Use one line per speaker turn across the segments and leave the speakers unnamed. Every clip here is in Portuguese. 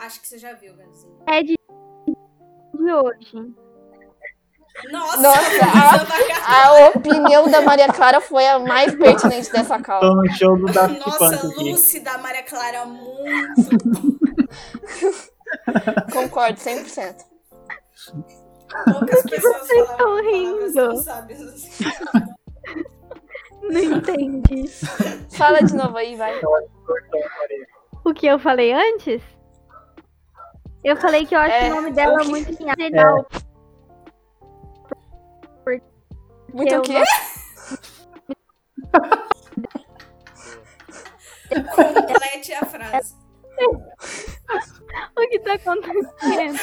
Acho que você já viu, Gazinho.
É de de hoje.
Nossa! tá
Nossa,
Gabi, você vai
Ah,
acabar.
A opinião da Maria Clara foi a mais pertinente dessa
Tô
call.
Então, no show do Daft
Nossa,
Tá Punk é aqui.
Lucy da Maria Clara, muito.
Concordo, 100%.
Poucas pessoas
vocês
falam
estão
palavras que não
rindo?
sabem.
Não entendi.
Fala de novo aí, vai.
O que eu falei antes? Eu falei que eu acho
É,
o nome dela
o que- é?
muito genial.
Muito
Eu
o quê?
Complete a frase.
O que tá acontecendo?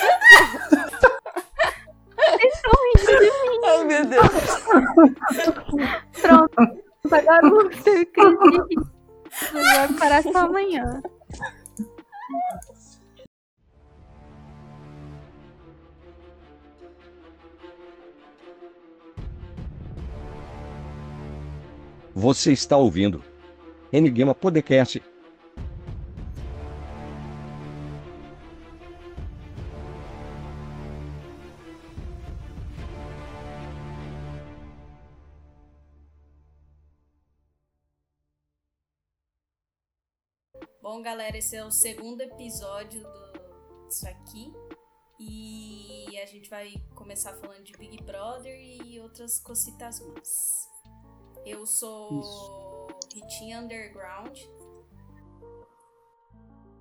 Vocês estão rindo de mim.
Ai, meu Deus.
Pronto. Agora o Lúcio critica. Vai parar só amanhã.
Você está ouvindo Enigma Podcast.
Bom, galera, esse é o segundo episódio do... disso aqui. E a gente vai começar falando de Big Brother e outras cositas mais. Eu sou Ritinha Underground.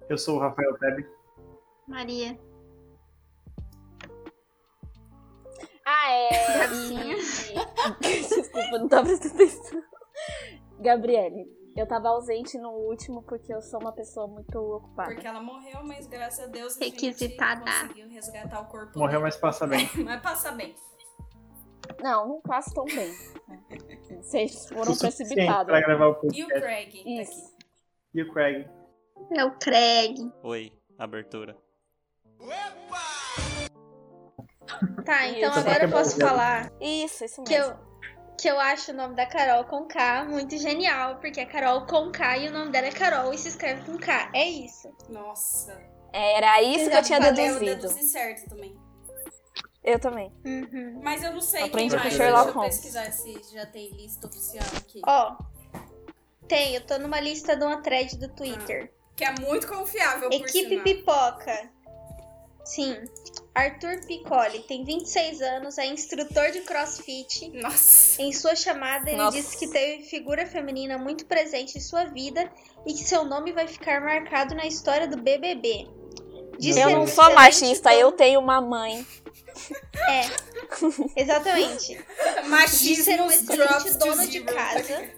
Eu sou o Rafael Tebe.
Maria.
Ah, é.
Gatinha.
Desculpa, não tava prestando atenção. Gabriele, eu tava ausente no último porque eu sou uma pessoa muito ocupada.
Porque ela morreu, mas graças a Deus a
Requisitada.
gente conseguiu resgatar o corpo
Morreu,
dela.
mas passa bem.
Mas passa bem.
Não, não passo tão bem. né? Vocês
O
foram
suficiente
precipitados.
Pra gravar o
E o
podcast.
Craig tá
Isso.
aqui.
E o Craig.
É o Craig.
Oi, abertura.
Tá, então
Isso.
agora eu posso falar
Isso, isso
que eu,
mesmo.
que eu acho o nome da Carol com K muito genial, porque é Carol com K e o nome dela é Carol e se escreve com K. É isso.
Nossa.
Era isso que eu
Exato,
tinha
valeu,
Eu
deduzido.
deduzi certo também.
Eu também.
Uhum.
Mas eu não sei
Aprendi
quem
com
mais.
Sherlock
Deixa eu
Holmes.
pesquisar se já tem lista oficial aqui.
Ó, tem, eu tô numa lista de uma thread do Twitter.
Que é muito confiável, por
Equipe
sinal.
Pipoca. Sim. Arthur Piccoli tem 26 anos, é instrutor de crossfit.
Nossa.
Em sua chamada, ele
Nossa.
disse que teve figura feminina muito presente em sua vida e que seu nome vai ficar marcado na história do BBB. Disse
Eu
ser
não
um
sou
excelente
machista,
dono-
eu tenho uma mãe.
Exatamente.
é
Disse ser um
Machismo
excelente
drops to
dono de
zero.
casa.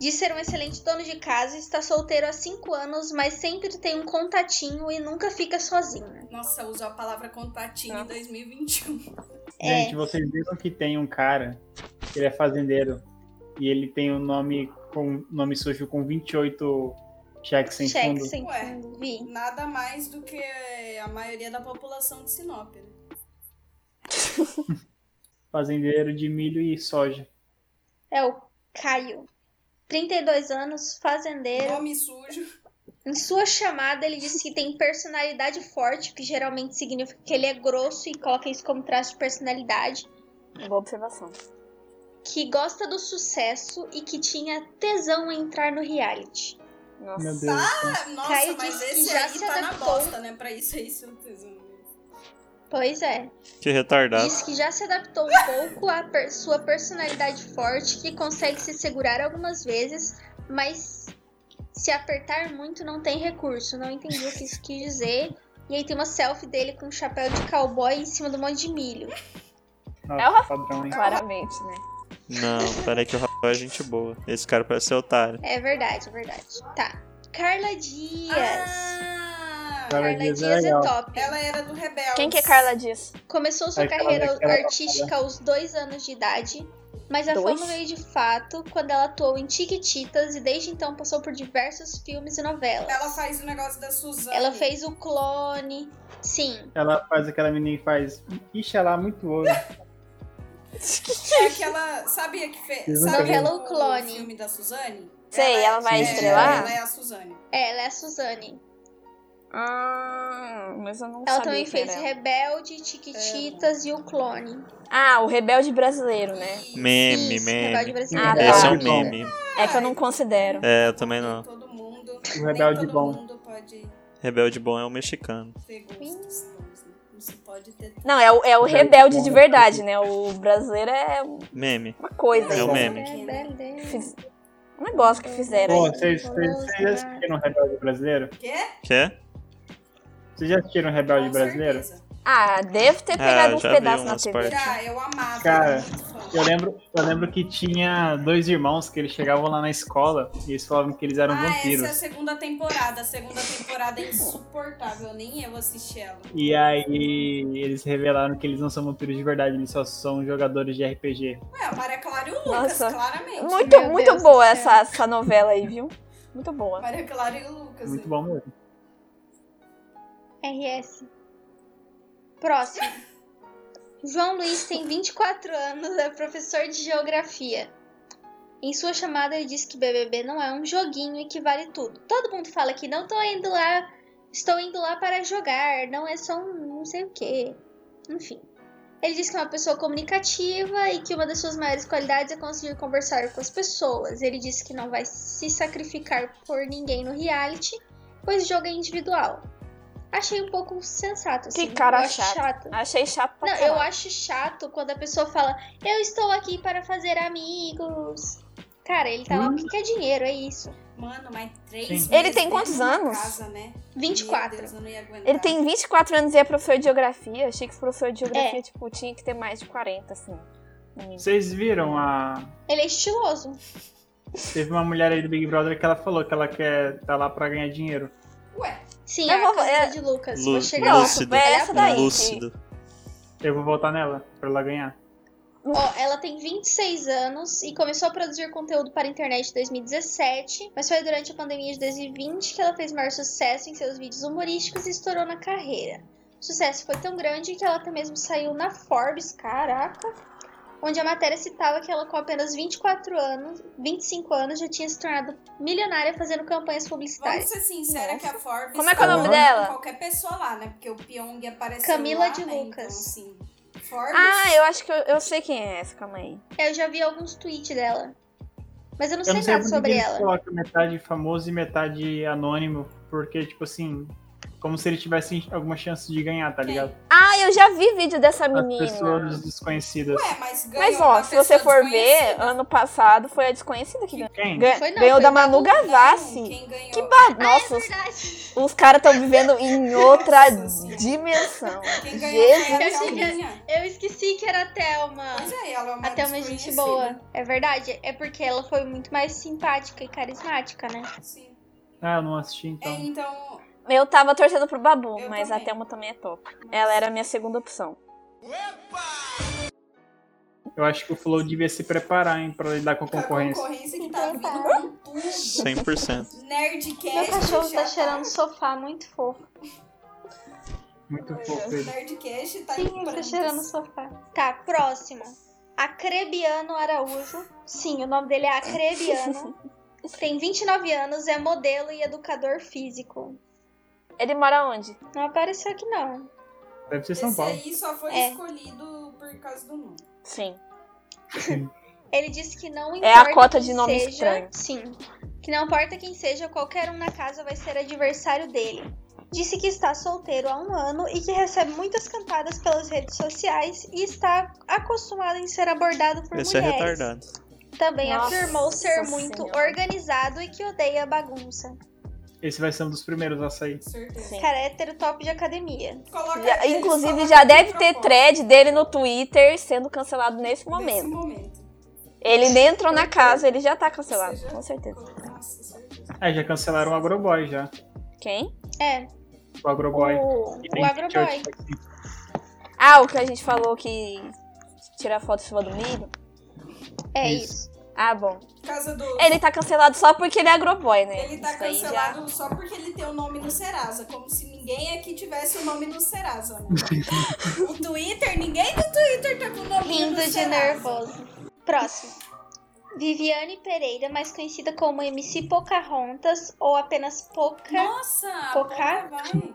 Diz ser um excelente dono de casa, está solteiro há 5 anos, mas sempre tem um contatinho e nunca fica sozinho.
Nossa, usou a palavra contatinho em
Nossa.
2021.
É.
Gente, vocês viram que tem um cara, ele é fazendeiro, e ele tem um nome com nome sujo com 28 cheques sem
Cheque
fundo.
sem
Ué.
fundo, vi.
Nada mais do que a maioria da população de Sinop. né?
Fazendeiro de milho e soja.
É o Caio. 32 anos, fazendeiro.
Nome sujo.
Em sua chamada, ele disse que tem personalidade forte, que geralmente significa que ele é grosso e coloca isso como traço de personalidade.
Boa observação.
Que gosta do sucesso e que tinha tesão em entrar no reality.
Nossa.
Meu Deus. do céu.
Ah, Nossa,
Caio
mas
disse que
esse
já
aí
se
tá na
adaptou.
bosta, né? Pra isso aí, seu tesouro.
Pois é.
Que retardado.
Diz que já se adaptou um pouco à per- sua personalidade forte, que consegue se segurar algumas vezes, mas se apertar muito não tem recurso. Não entendi o que isso quis dizer. E aí tem uma selfie dele com um chapéu de cowboy em cima do monte de milho.
Nossa,
É o Rafa-
padrão, hein?
Claramente, né?
Não, peraí que o Rafael é gente boa. Esse cara parece ser otário.
É verdade, é verdade. Tá. Carla Dias.
Ah!
Carla
Carla
Dias
Dias
é
é,
legal.
top.
Ela era do Rebelde.
Quem que é Carla disso?
Começou sua
Ai, Carla,
carreira
aquela
artística aos dois anos de idade, mas a
Dois?
fama veio de fato quando ela atuou em Tiquititas e desde então passou por diversos filmes e novelas.
Ela faz o negócio da Suzana.
Ela fez o clone. Sim,
Ela faz aquela menina e faz. Ixi, ela é muito ouro.
É aquela. Sabia que fez.
Vocês não
Sabe
sabiam.
o
Hello, Clone.
filme da Suzane?
Sei, ela,
é-
vai
é,
estrelar?
Ela é a Suzane.
É, ela é a Suzane.
Ah, mas eu não
Ela
sabia
também
que
fez
era ela.
Rebelde, Tiquititas e o Clone.
Ah, o Rebelde Brasileiro, né?
Meme,
Isso, Rebelde
meme.
Brasileira.
Ah, tá.
Esse é um
Rebelde bom.
meme.
É que eu não considero.
É, eu também não.
Todo mundo.
O Um rebelde
nem todo
bom.
mundo pode
Rebelde bom é o mexicano.
ter gosto dos dois, né? Não se pode ter.
Não, é o, é o
Rebelde
Rebelde
bom,
de
né?
verdade, né? O brasileiro é
Meme.
uma coisa.
É o
aí.
meme.
Rebelde.
Fiz- Um negócio que fizeram
Pô,
aí.
vocês vocês- vocês já assistiram o Rebelde Brasileiro?
Quê?
Quer?
Vocês já assistiram o Rebelde
é, Com
Brasileiro?
certeza.
Ah, deve ter pegado
Ah,
uns
já vi
pedaços na
umas
TV.
partes.
Já, eu amava.
Cara,
era muito fã.
Eu lembro, eu lembro que tinha dois irmãos que eles chegavam lá na escola e eles falavam que eles eram
ah,
vampiros.
essa é a segunda temporada. A segunda temporada é insuportável. Nem eu assisti ela.
E aí eles revelaram que eles não são vampiros de verdade, eles só são jogadores de RPG.
Ué, a Maria Clara e o Lucas,
Nossa.
claramente.
Muito,
Meu
muito
Deus do
boa
céu.
essa, essa novela aí, viu? Muito boa.
Maria Clara e o Lucas.
Muito bom mesmo.
RS. Próximo. João Luiz tem 24 anos, é professor de geografia. Em sua chamada, ele disse que BBB não é um joguinho e que vale tudo. Todo mundo fala que não tô indo lá, estou indo lá para jogar, não é só um não sei o quê. Enfim. Ele diz que é uma pessoa comunicativa e que uma das suas maiores qualidades é conseguir conversar com as pessoas. Ele disse que não vai se sacrificar por ninguém no reality, pois o jogo é individual. Achei um pouco sensato,
Que
assim.
cara
eu acho
chato.
chato.
Achei chato pra
Não, eu
caralho.
acho chato quando a pessoa fala, eu estou aqui para fazer amigos. Cara, ele tá lá porque quer dinheiro, é isso.
Mano, mas três.
Sim.
meses
Ele tem quantos
dentro de uma
anos?
Casa, né? Meu
24.
Deus, eu não ia aguentar.
Ele tem 24 anos e é professor de geografia. Achei que esse professor de
É.
geografia, tipo, tinha que ter mais de 40, assim. Hum.
Vocês viram a.
Ele é estiloso.
Teve uma mulher aí do Big Brother que ela falou que ela quer tá lá pra ganhar dinheiro.
Ué,
Sim,
Mas
a
vou-
camisa
é-
de Lucas.
Lu-
Vou chegar lá.
Lúcido.
É essa
Tá
daí. que-
Lúcido.
Eu vou voltar nela pra ela ganhar.
Ó, ela tem 26 anos e começou a produzir conteúdo para a internet em 2017, mas foi durante a pandemia de 2020 que ela fez maior sucesso em seus vídeos humorísticos e estourou na carreira. O sucesso foi tão grande que ela até mesmo saiu na Forbes, caraca, onde a matéria citava que ela com apenas 24 anos, 25 anos já tinha se tornado milionária fazendo campanhas
vamos
publicitárias.
ser sincera que a Forbes.
Como é que é
o nome
tá
dela?
Qualquer pessoa lá, né? Porque o Pyong apareceu.
Camila
lá,
de
né?
Lucas.
Então, assim. Forbes.
Ah, eu acho que eu, eu sei quem é essa, calma aí.
Eu já vi alguns tweets dela, mas eu não
eu
sei
não sei
nada
por que
sobre
eles
ela.
colocam metade famoso e metade anônimo, porque, tipo assim, como se eles tivessem alguma chance de ganhar, tá ligado?
Ah, eu já vi vídeo dessa
As
menina.
pessoas desconhecidas.
Ué, mas ganhou.
Mas ó,
uma
se você
pessoa
for ver,
desconhecida.
ano passado foi a desconhecida que ganhou.
Quem?
Gan-
Foi não,
ganhou
foi
da
o
Manu
Babu.
Não,
Gavassi.
né? Quem ganhou?
Que ba... Nossa, os, os caras estão vivendo em outra
Nossa Senhora.
dimensão.
Quem ganhou foi a
Jesus. Eu achei que-
Thelminha.
Eu esqueci que era a Thelma.
Pois é, ela é uma
Até uma gente
desconhecida.
boa. É verdade. É porque ela foi muito mais simpática e carismática, né?
Sim.
Ah, eu não assisti
É,
então.
então.
Eu tava torcendo pro Babu,
Eu
mas
também.
a Thelma também é top. Ela era a minha segunda opção.
Eu acho que o Flow devia se preparar, hein, pra lidar com a
com a
concorrência.
concorrência que tá vindo
Então
com tudo.
100%.
Nerdcast.
Meu cachorro
É, já
tá cheirando sofá muito fofo.
Muito fofo ele.
Nerdcast tá
Sim,
em
ele tá
prantos.
cheirando sofá. Tá, próximo. Acrebiano Araújo. Sim, o nome dele é Acrebiano. Tem 29 anos, é modelo e educador físico.
Ele mora onde?
Não apareceu aqui, não.
Deve ser São
Esse
Paulo.
aí só foi
É.
escolhido por causa do nome.
Sim.
Ele disse que não importa.
É a cota
quem
de nome
seja,
estranho.
Sim. Que não importa quem seja, qualquer um na casa vai ser adversário dele. Disse que está solteiro há um ano e que recebe muitas cantadas pelas redes sociais e está acostumado em ser abordado por
Esse é
mulheres.
retardado.
Também
Nossa
afirmou ser muito
Senhora.
organizado e que odeia bagunça.
Esse vai ser um dos primeiros a sair.
Certeza.
Sim.
Cara, é hétero top de academia.
Coloca
Já-
aquele
inclusive,
só
já
de
deve ter
propósito
thread dele no Twitter sendo cancelado nesse
nesse
momento.
momento.
Ele nem entrou na casa, ele já tá cancelado,
Você já-
com certeza.
Nossa, certeza.
Ah, já cancelaram o Agroboy já.
Quem?
É,
O Agroboy.
o,
E
o
tem
agroboy.
28, assim.
Ah, o que a gente falou que tira foto em cima do milho?
É
Isso.
isso.
Ah, bom.
Casa do.
Ele tá cancelado só porque ele é agroboy, né?
Ele tá
Isso aí já-
cancelado só porque ele tem o nome no Serasa. Como se ninguém aqui tivesse o nome no Serasa. Né? o Twitter, ninguém do Twitter tá com o nome
Rindo
no
de
Serasa.
nervoso. Próximo. Viviane Pereira, mais conhecida como MC Pocahontas ou apenas Poca.
Nossa, a
Poca?
Poca vai.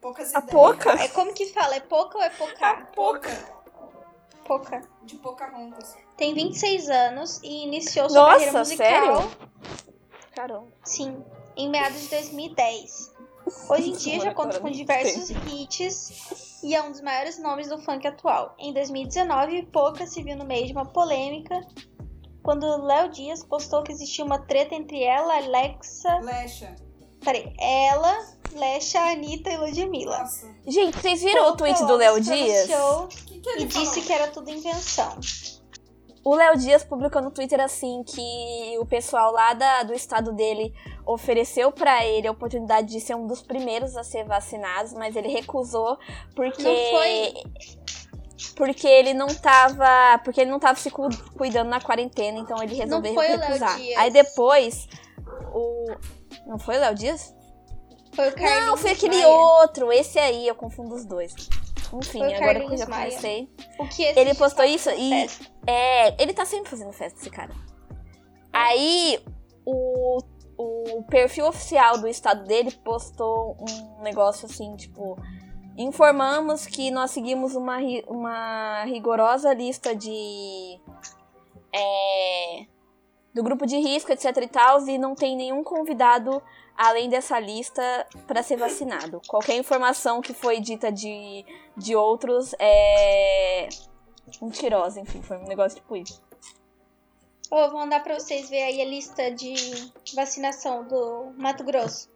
Poucas
A
ideias.
pouca?
É como que fala? É Poca ou é Pocá?
Poca.
Poca.
De assim. Pocahontas.
Tem 26 anos e iniciou sua
Nossa,
carreira musical.
sério? Caramba.
Sim, em meados de 2010. Hoje em dia já conta com diversos hits e é um dos maiores nomes do funk atual. Em 2019, Poca se viu no meio de uma polêmica quando Léo Dias postou que existia uma treta entre ela, Alexa.
Lecha.
Peraí, ela, Lesha, Anitta e Ludmilla.
Nossa. O
Gente, vocês viram o tweet do Léo Dias?
Show
que, que
e
ele
disse
falou?
que era tudo invenção.
O Léo Dias publicou no Twitter assim que o pessoal lá da- do estado dele ofereceu pra ele a oportunidade de ser um dos primeiros a ser vacinados, mas ele recusou porque
Não foi.
porque ele não tava, porque ele não tava se cu- cuidando na quarentena, então ele resolveu
foi o Léo
recusar.
Dias.
Aí depois o não foi o Léo Dias?
Foi o Carlinhos
não, foi aquele
Maia.
outro, esse aí, eu confundo os dois. Enfim,
Foi o
agora que eu
Carlinhos
já
Maia.
comecei.
O que esse tá
Ele postou isso e
festa?
é, ele tá sempre fazendo festa, esse cara. Aí, o, o perfil oficial do estado dele postou um negócio assim, tipo... Informamos que nós seguimos uma, ri- uma rigorosa lista de... é, do grupo de risco, etc e tal, e não tem nenhum convidado além dessa lista pra ser vacinado. Qualquer informação que foi dita de, de outros é mentirosa, enfim, foi um negócio tipo isso.
Ô, Eu vou mandar pra vocês ver aí a lista de vacinação do Mato Grosso.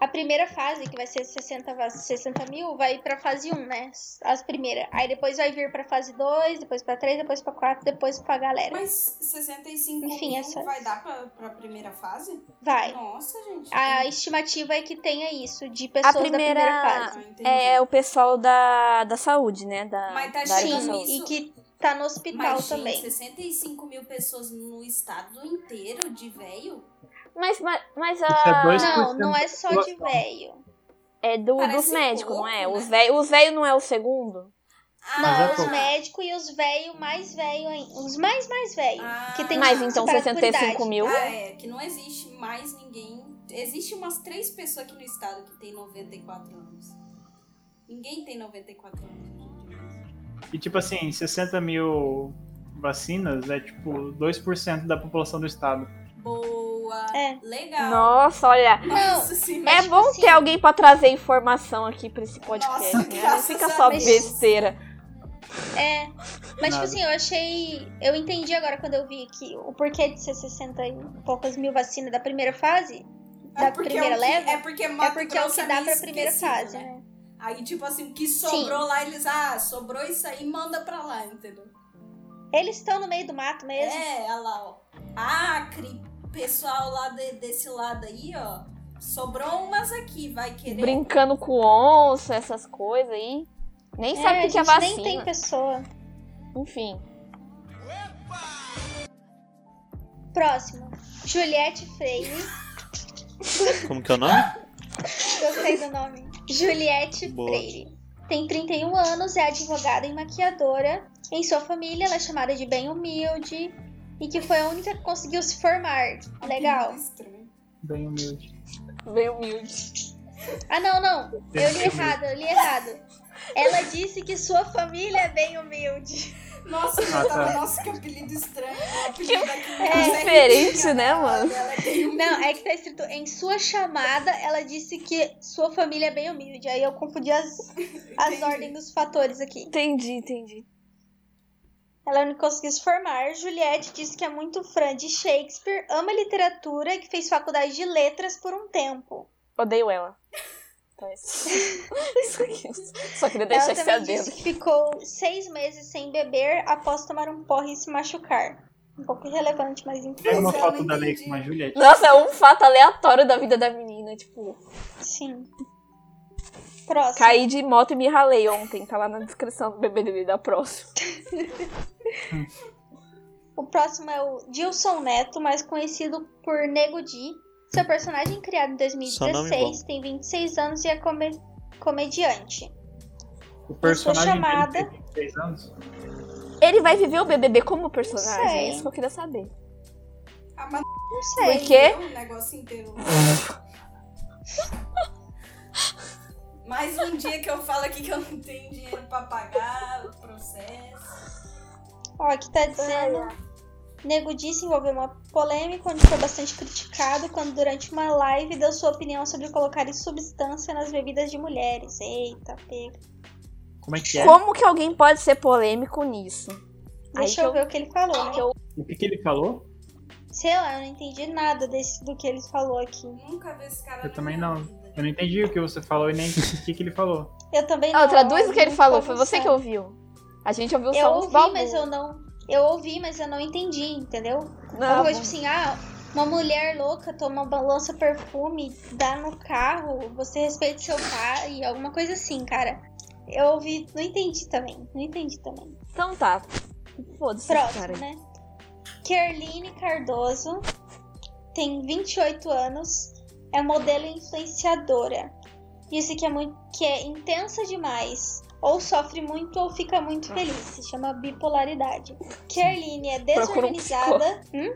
A primeira fase, que vai ser 60, va- 60 mil, vai pra fase 1, né? As primeiras. Aí depois vai vir pra fase 2, depois pra 3, depois pra 4, depois pra galera.
Mas 65
Enfim,
mil
essa-
vai dar pra, pra primeira fase?
Vai.
Nossa, gente.
A estimativa é que tenha isso, de pessoas
primeira-
da primeira fase.
Ah, entendi.
É o pessoal da, da saúde, né? Da,
Mas tá
da área da
chegando
Sim,
saúde.
isso.
e que tá no hospital
Mas, gente,
também.
65 mil pessoas no estado inteiro de véio?
Mas, mas, mas
Isso é
a,
dois-
Não, não é só de
população.
velho.
é do, dos
Parece
médicos,
pouco,
não é?
né?
Os velhos os véio não é o segundo?
Mas
Ah,
Não,
é
os
pouco.
médicos e os velhos mais velhos, os mais mais velhos.
Ah,
que tem
Mas
que
então
separar por
65
idade.
mil?
Ah, é, que não existe mais ninguém. Existe umas três pessoas aqui no estado que tem 94 anos. Ninguém tem 94 anos. hoje em dia.
E tipo assim, 60 mil vacinas é tipo 2% da população do estado.
Boa.
É.
Legal.
Nossa, olha.
Não,
Nossa, sim.
É
tipo
bom
assim-
ter alguém pra trazer informação aqui pra esse podcast,
Nossa,
né? Não
graças
fica
a
só
Deus.
besteira.
Ah.
É. Mas, tipo
Nada.
assim, eu achei. Eu entendi agora quando eu vi que o porquê de ser 60 e poucas mil vacinas da primeira fase, É da
porque
primeira
o que-
leva,
É
é,
porque, Mato
porque é o
Grosso
que dá
meio
pra primeira
esquecido,
fase,
né?
né?
Aí, tipo assim, o que sobrou lá, eles, ah, sobrou isso aí, manda pra lá, entendeu?
Eles estão no meio do mato mesmo.
É, olha lá, ó. Acre, pessoal lá de- desse lado aí, ó. Sobrou umas aqui, vai querer. um
Brincando com onça, essas coisas aí. Nem sabe o
a
que que é
gente
vacina.
nem tem pessoa.
Enfim.
Próximo. Juliette Freire.
Como que é o nome?
Gostei do nome. Juliette
Boa.
Freire. Tem 31 anos, é advogada e maquiadora. Em sua família, ela é chamada de bem humilde e que foi a única que conseguiu se formar. Legal.
Estranho.
Bem humilde.
Bem humilde.
Ah, não, não. Eu li errado, eu li errado. Ela disse que sua família é bem humilde.
Nossa,
Ah,
eu tava,
tá.
nossa, que apelido estranho. O apelido daqui não
É
diferente, né, mano?
Ela é bem humilde.
Não, é que tá escrito em sua chamada, ela disse que sua família é bem humilde. Aí eu confundi as, as
Entendi.
ordens dos fatores aqui.
Entendi, entendi.
Ela não conseguiu se formar. Juliette disse que é muito fã de Shakespeare, ama literatura e que fez faculdade de letras por um tempo.
Odeio ela. Então é isso. Isso aqui. Só queria deixar
Ela
esse
também
adendo
disse
aqui.
que ficou seis meses sem beber após tomar um porre e se machucar. Um pouco irrelevante, mas enfim.
Tem uma
Pois é, eu
foto
não
da lei
entendi.
com a Juliette.
Nossa, é um fato aleatório da vida da menina. Tipo,
Sim. Próximo.
caí de moto e me ralei ontem. Tá lá na descrição do BBB da próxima.
O próximo é o Dilson Neto, mais conhecido por Nego Di. Seu personagem criado em
Só nome bom.
2016 tem 26 anos e é come- comediante.
O personagem
chamada-
dele tem 16 anos.
Ele vai viver o BBB como personagem?
Sei.
É isso que eu queria saber.
um-
Não sei.
Por quê?
O É um negócio inteiro. Mais um dia que eu falo aqui que eu não tenho dinheiro pra pagar o processo.
Ó, aqui tá dizendo. Nego Di se envolveu em uma polêmica onde foi bastante criticado quando durante uma live deu sua opinião sobre colocar substância nas bebidas de mulheres. Eita, pega.
Como é que é?
Como que alguém pode ser polêmico nisso? Aí
Deixa
que
eu
eu-
ver o que ele falou, né?
O que, que ele falou?
Sei lá, eu não entendi nada desse, do que ele falou aqui.
Nunca vi esse cara.
Eu
na
também
minha
não.
vida.
Eu não entendi o que você falou e nem o que, que ele falou.
Eu também
Ah,
não.
traduz o que ele
não
falou,
tô
foi você que
avançando.
ouviu. A gente ouviu
Eu
só uns
ouvi, mas eu não. Eu ouvi, mas eu não entendi, entendeu? Uma
Não,
coisa tipo assim, ah, uma mulher louca toma uma lança perfume, dá no carro, você respeita seu pai, alguma coisa assim, cara. Eu ouvi, não entendi também, não entendi também.
então tá. Foda-se, esse cara.
Próximo,
aí.
né? Kerline Cardoso tem 28 anos, é modelo e influenciadora. Disse que é, muito, que é intensa demais, ou sofre muito ou fica
Ah.
muito feliz. Se chama bipolaridade. Kerline é
Procura um
desorganizada. Hum?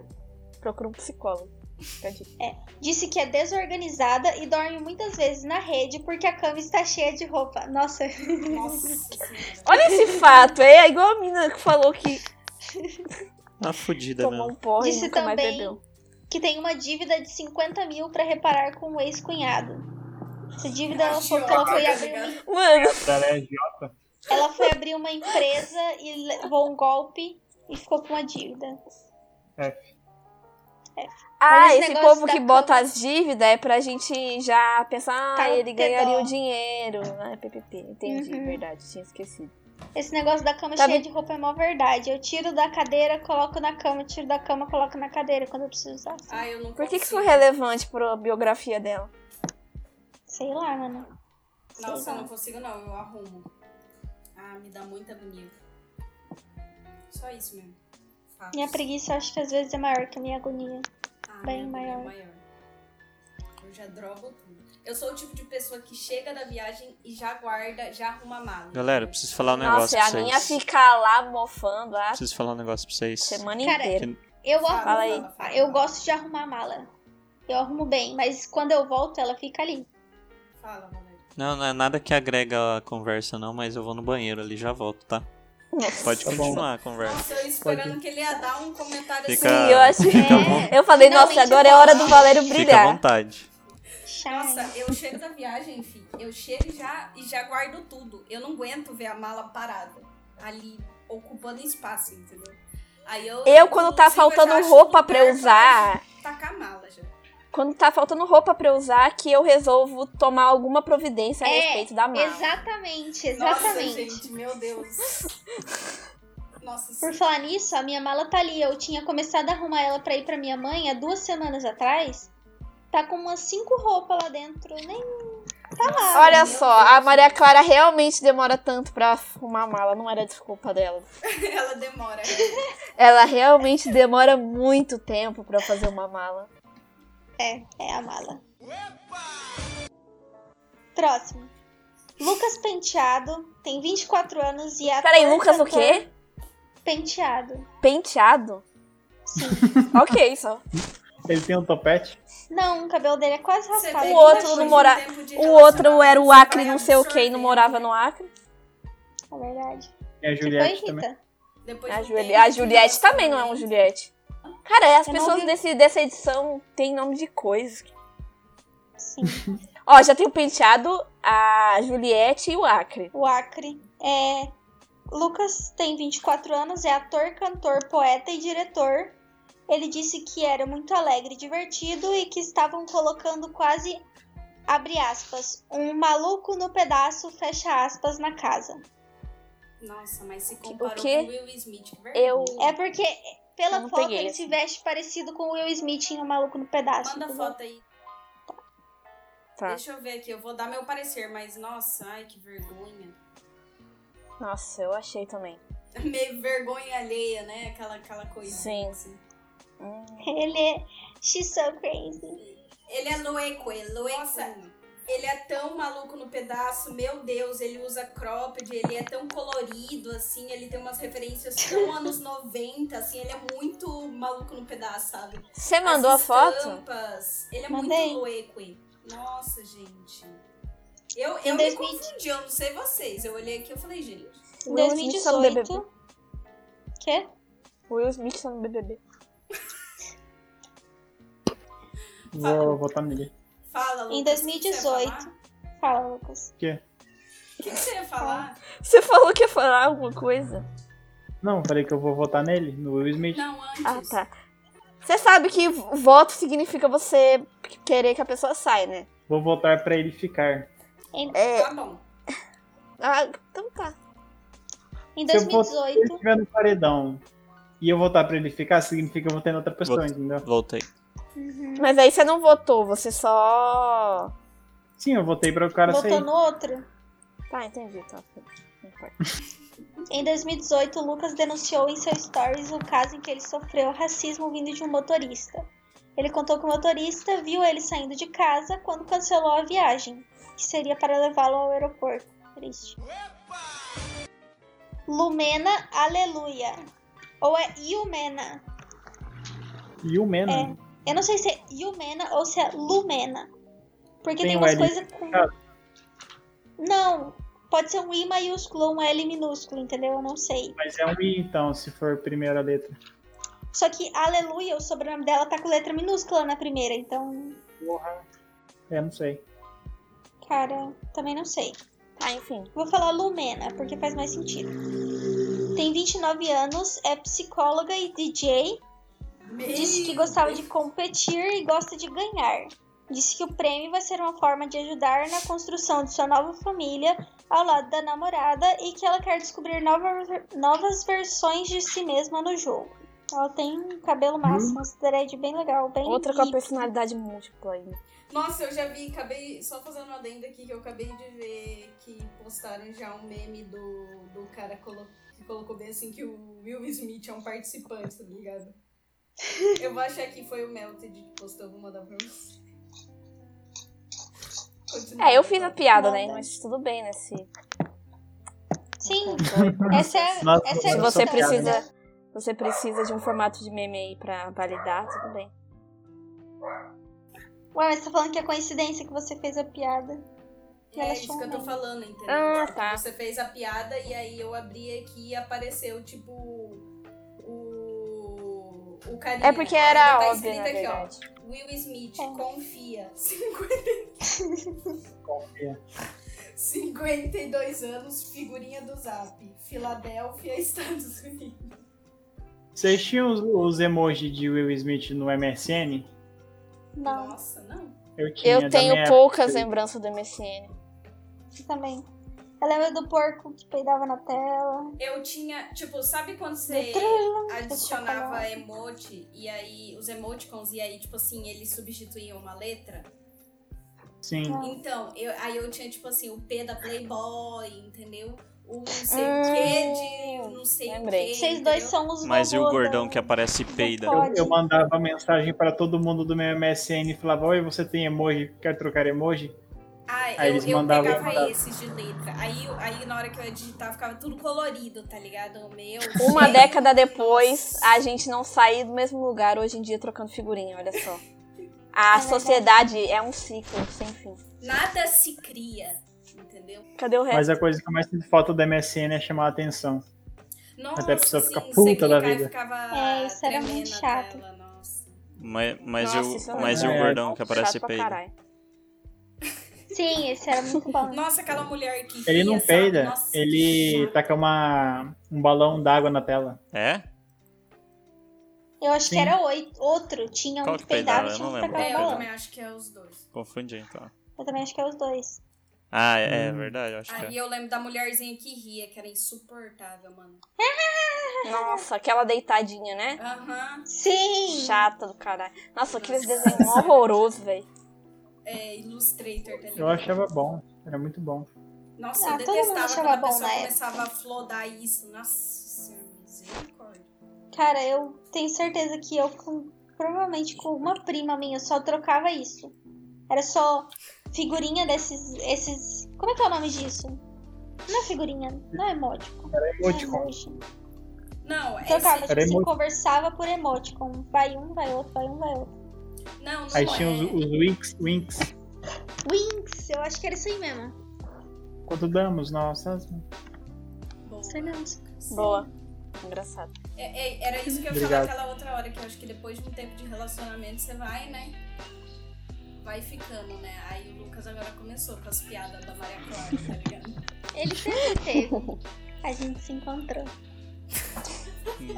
Procura um psicólogo. Fica a dica.
Disse que é desorganizada e dorme muitas vezes na rede porque a cama está cheia de roupa. Nossa,
Nossa senhora.
Olha esse fato, é igual a mina que falou que
Uma fudida
tomou
mesmo.
um porre e
Disse
nunca mais
também-
bebeu.
que tem uma dívida de 50 mil para reparar com o ex-cunhado. Essa dívida ela foi, ela foi
Tá
abrir uma
ligado?
Mano,
Ela é idiota.
Ela foi abrir uma empresa e levou um golpe e ficou com uma dívida.
ah,
esse
esse
negócio
povo
da
que bota as dívidas é pra gente já pensar,
Tá,
ah, ele
ter
ganharia
dó.
o dinheiro. Ah, PPP, entendi,
Uhum.
verdade, tinha esquecido.
Esse negócio da cama
Tá
cheia
bem.
de roupa é mó verdade. Eu tiro da cadeira, coloco na cama, tiro da cama, coloco na cadeira quando eu preciso usar.
Ah, eu não
Por que, que isso
consigo.
foi relevante pra biografia dela?
Sei lá, mano.
Nossa,
Sei
eu
lá.
não consigo não, eu arrumo. Ah, me dá muita agonia. Só isso mesmo. Fatos.
Minha preguiça eu acho que às vezes é maior que a minha agonia.
Ah, minha
bem
agonia é maior. Eu já drogo tudo. Eu sou o tipo de pessoa que chega da viagem e já guarda, já arruma a mala.
Galera, eu preciso falar um negócio
Nossa, é
pra
a
vocês.
minha fica lá mofando a
Preciso falar um negócio pra vocês.
semana
Cara,
inteira.
Eu
Fala,
arrumo.
Fala aí.
fala, fala.
Eu gosto de arrumar a mala. Eu arrumo bem, mas quando eu volto ela fica ali.
Fala, Valéria.
Não, não é nada que agrega a conversa, não, mas eu vou no banheiro ali já volto, tá? Pode
Tá bom.
continuar a conversa.
Nossa, eu esperando que ele ia dar um comentário
Fica-
assim.
Sim, eu acho que.
Fica à
É.
Eu falei,
Finalmente
nossa, agora
eu
é hora
vou
do
lá.
Valério
Fica à
brilhar.
vontade.
Shine.
Nossa, eu chego da viagem, fi. Eu chego e já, e já guardo tudo. Eu não aguento ver a mala parada. Ali, ocupando espaço, entendeu? Aí eu.
Eu, quando tá
inclusive, já
faltando
acho
roupa
um
pra
lugar
eu usar.
Tacar a mala já.
Quando tá faltando roupa pra eu usar, que eu resolvo tomar alguma providência a
É,
respeito da mala.
Exatamente, exatamente.
Nossa, gente, meu Deus. Nossa,
Por
sim.
falar nisso, a minha mala tá ali. Eu tinha começado a arrumar ela pra ir pra minha mãe há duas semanas atrás. Tá com umas cinco roupas lá dentro. Nem. Tá lá.
Olha só, a Maria Clara realmente demora tanto pra arrumar a mala, não era desculpa dela.
ela demora.
Ela realmente demora muito tempo pra fazer uma mala.
É a mala. Próximo. Lucas Penteado tem 24 anos e é ator,
Peraí, Lucas, o quê?
Penteado.
Penteado?
Sim.
Ah, Ok, só.
Ele tem um topete?
Não, o cabelo dele é quase
Você
raspado.
vê
O
que
outro
depois
não
de um
mora-
tempo de
O outro era o
relacionamento,
Acre,
você vai
não sei o que, e não
absorvendo.
morava no Acre.
É verdade.
E a
Tipo,
Que
Juliette
foi,
também.
Rita?
Depois de
A,
um
Julie...
tempo
a
de
Juliette também não é um
relacionamento.
Juliette. Cara, as
Eu não
pessoas
vi.
desse, dessa edição têm nome de coisa.
Sim.
Ó, já tem o penteado, a Juliette e o Acre.
o Acre. É, Lucas tem 24 anos, é ator, cantor, poeta e diretor. Ele disse que era muito alegre e divertido e que estavam colocando quase, abre aspas, um maluco no pedaço, fecha aspas, na casa.
Nossa, mas se comparou
quê?
com o Will Smith, que vergonha.
Eu.
É porque,
Eu
pela
não
foto,
peguei
ele
essa.
se veste parecido com o Will Smith em O Maluco no Pedaço.
Manda
entendeu?
foto aí.
Tá.
Deixa eu ver aqui, eu vou dar meu parecer, mas nossa, ai que vergonha.
Nossa, eu achei também.
Meio vergonha alheia, né? Aquela, aquela coisa.
Sim.
assim.
Hum.
Ele é... She's so crazy.
Ele é Loeco, é Loeco.
Nossa,
Ele é tão maluco no pedaço, meu Deus, ele usa cropped, ele é tão colorido, assim, ele tem umas referências tão anos 90, assim, ele é muito maluco no pedaço, sabe?
Você mandou
As
a foto?
estampas, Ele é
Mandei.
muito loeque. Nossa, gente. Eu,
Em
eu me
2000.
confundi, eu não sei vocês. Eu olhei aqui e eu falei, gente.
Em
Will Smith tá no
2018.
BBB.
Quê?
Will Smith tá no BBB.
Vou votar nele.
Fala, Lucas.
Em
o que que você ia
2018.
falar?
Fala, Lucas.
O que que você ia falar?
Você falou que ia falar alguma coisa?
Não, falei que eu vou votar nele, no Will Smith.
Não, antes.
Ah, tá. Você sabe que voto significa você querer que a pessoa saia, né?
Vou votar pra ele ficar.
É.
Tá bom.
Ah, então tá.
Em
Se eu vou-
2018.
Se ele estiver no paredão e eu votar pra ele ficar, significa que eu votei na outra pessoa,
Vota.
entendeu?
Voltei.
Mas aí você não votou, você só.
Sim, eu votei pra o cara
Votou
sair.
no outro.
Tá, entendi. Tá. Não importa.
Em 2018, o Lucas denunciou em seu stories o caso em que ele sofreu racismo vindo de um motorista. Ele contou que o motorista viu ele saindo de casa quando cancelou a viagem, que seria para levá-lo ao aeroporto. Triste. Lumena Aleluia. Ou é Iumena.
E o Mena.
Eu não sei se é Iumena ou se é Lumena. Porque tem,
Tem o
umas
L
coisas com. Não, pode ser um I maiúsculo ou um L minúsculo, entendeu? Eu não sei.
Mas é um I, então, se for a primeira letra.
Só que Aleluia, o sobrenome dela tá com letra minúscula na primeira, então,
É, não sei.
cara, também não sei.
Tá, enfim.
Vou falar Lumena, porque faz mais sentido. Tem 29 anos, é psicóloga e DJ, disse que gostava de competir e gosta de ganhar. Disse que o prêmio vai ser uma forma de ajudar na construção de sua nova família ao lado da namorada e que ela quer descobrir novas, novas versões de si mesma no jogo. Ela tem um
Hum?
cabelo massa, uns dread bem legal, bem
Outra com a
hippie.
personalidade múltipla aí.
Nossa, eu já vi, acabei. Só fazendo uma adenda aqui que eu acabei de ver que postaram já um meme do, do cara colo- que colocou bem assim que o Will Smith é um participante, tá ligado? Eu vou achar que foi o Melted que postou, vou mandar pra você. Continua.
É, eu fiz a piada, né?
Nada.
Mas tudo bem, né? Se,
Sim, essa é,
Nossa,
essa
se
é a
você
questão, né?
precisa. Você precisa de um formato de meme aí pra validar, tudo bem.
Ué, mas você tá falando que é coincidência que você fez a piada.
É isso que eu tô falando, entendeu?
Ah,
Tipo,
tá.
Você fez a piada e aí eu abri aqui e apareceu, tipo, o. O carinha.
É porque
Aí
era
tá
óbvio, na
escrito aqui, ó.
verdade.
Will Smith,
É.
confia. 50...
Confia.
52 anos, figurinha do Zap. Filadélfia, Estados Unidos.
Vocês tinham os, os emojis de Will Smith no MSN?
Não,
Nossa, não.
Eu tinha.
Eu
da
tenho
minha
poucas
época.
lembranças do MSN.
eu também. Eu lembro do porco que peidava na tela.
Eu tinha, tipo, sabe quando você
né?
adicionava emote e aí os emoticons e aí, tipo assim, eles substituíam uma letra?
Sim.
Então, eu- aí eu tinha, tipo assim, o P da Playboy, entendeu? O não sei o que de não sei o que.
lembrei.
Hum. Vocês dois são os né?
Mas e o
vovô
gordão
da-
que aparece e peida?
Pode.
Eu, eu mandava mensagem pra todo mundo do meu MSN e falava: Oi, você tem emoji? Quer trocar emoji?
Ah,
Aí
eu,
eles
eu
mandavam-
pegava
mandavam.
esses de letra. Aí, eu- aí na hora que eu ia digitar ficava tudo colorido, tá ligado? O meu.
Uma
gente.
década depois, a gente não sai do mesmo lugar hoje em dia trocando figurinha, olha só. A sociedade é um ciclo sem fim.
Nada se cria, entendeu?
Cadê
É.
o
Mas é-
resto?
a coisa que eu mais sinto falta do MSN é chamar a atenção.
Nossa,
Até a pessoa fica
sim, você
puta da
clicar e
vida.
Ficava
É, isso era muito
tremendo a
chato.
tela, nossa.
Mas, mas,
Nossa,
e o-
isso é
mas e o
verdade.
gordão que aparece e
Chato pra
peida?
caralho.
é-
Sim, esse era muito bom.
Nossa, aquela mulher que.
Ele não
ria, sabe?
peida,
Nossa, que
ele
chato.
taca uma, um balão d'água na tela.
É?
Eu acho que
Sim.
era oito, outro. Tinha
Qual
um que
que
peidava
peidava?
e
Eu
tinha um
não
que
lembro.
tacava
É, eu
balão.
também acho que é os dois.
Confundi então.
Eu também acho que é os dois.
Ah, é, é verdade, eu acho que
Aí
é.
eu lembro da mulherzinha que ria, que era insuportável, mano.
Nossa, aquela deitadinha, né?
Aham.
Sim!
Chata do caralho. Nossa, aqueles desenhos mó horroroso, velho.
É, Illustrator, tá
Eu
ligado?
achava bom, era muito bom.
Nossa, eu
Ah, todo mundo
detestava
achava
quando a
bom
pessoa
na época.
começava a flodar isso. Nossa, Senhor, misericórdia.
Cara, eu tenho certeza que eu, com- provavelmente com uma prima minha, eu só trocava isso. Era só figurinha desses. Esses. Como é que é o nome disso? Não é figurinha, não é emoticon.
Era
não é
emoticon.
emoji.
Não, é
Trocava, tipo,
Era
assim,
emo-
conversava por emoticon. Vai um, vai outro, vai um, vai outro.
Não, não
Aí
é.
tinha os, os Winx, Winx.
Winx, eu acho que era isso aí mesmo.
Quanto damos? Nossas.
Boa.
Sei não, é sei.
Sim.
Boa. Engraçado.
É, é, era isso que eu ia falar
Obrigado.
aquela outra hora, que eu acho que depois de um tempo de relacionamento você vai, né? Vai ficando, né? Aí o Lucas agora começou com as piadas da Maria Clara, tá ligado?
Ele sempre teve. A gente se encontrou.
Meu.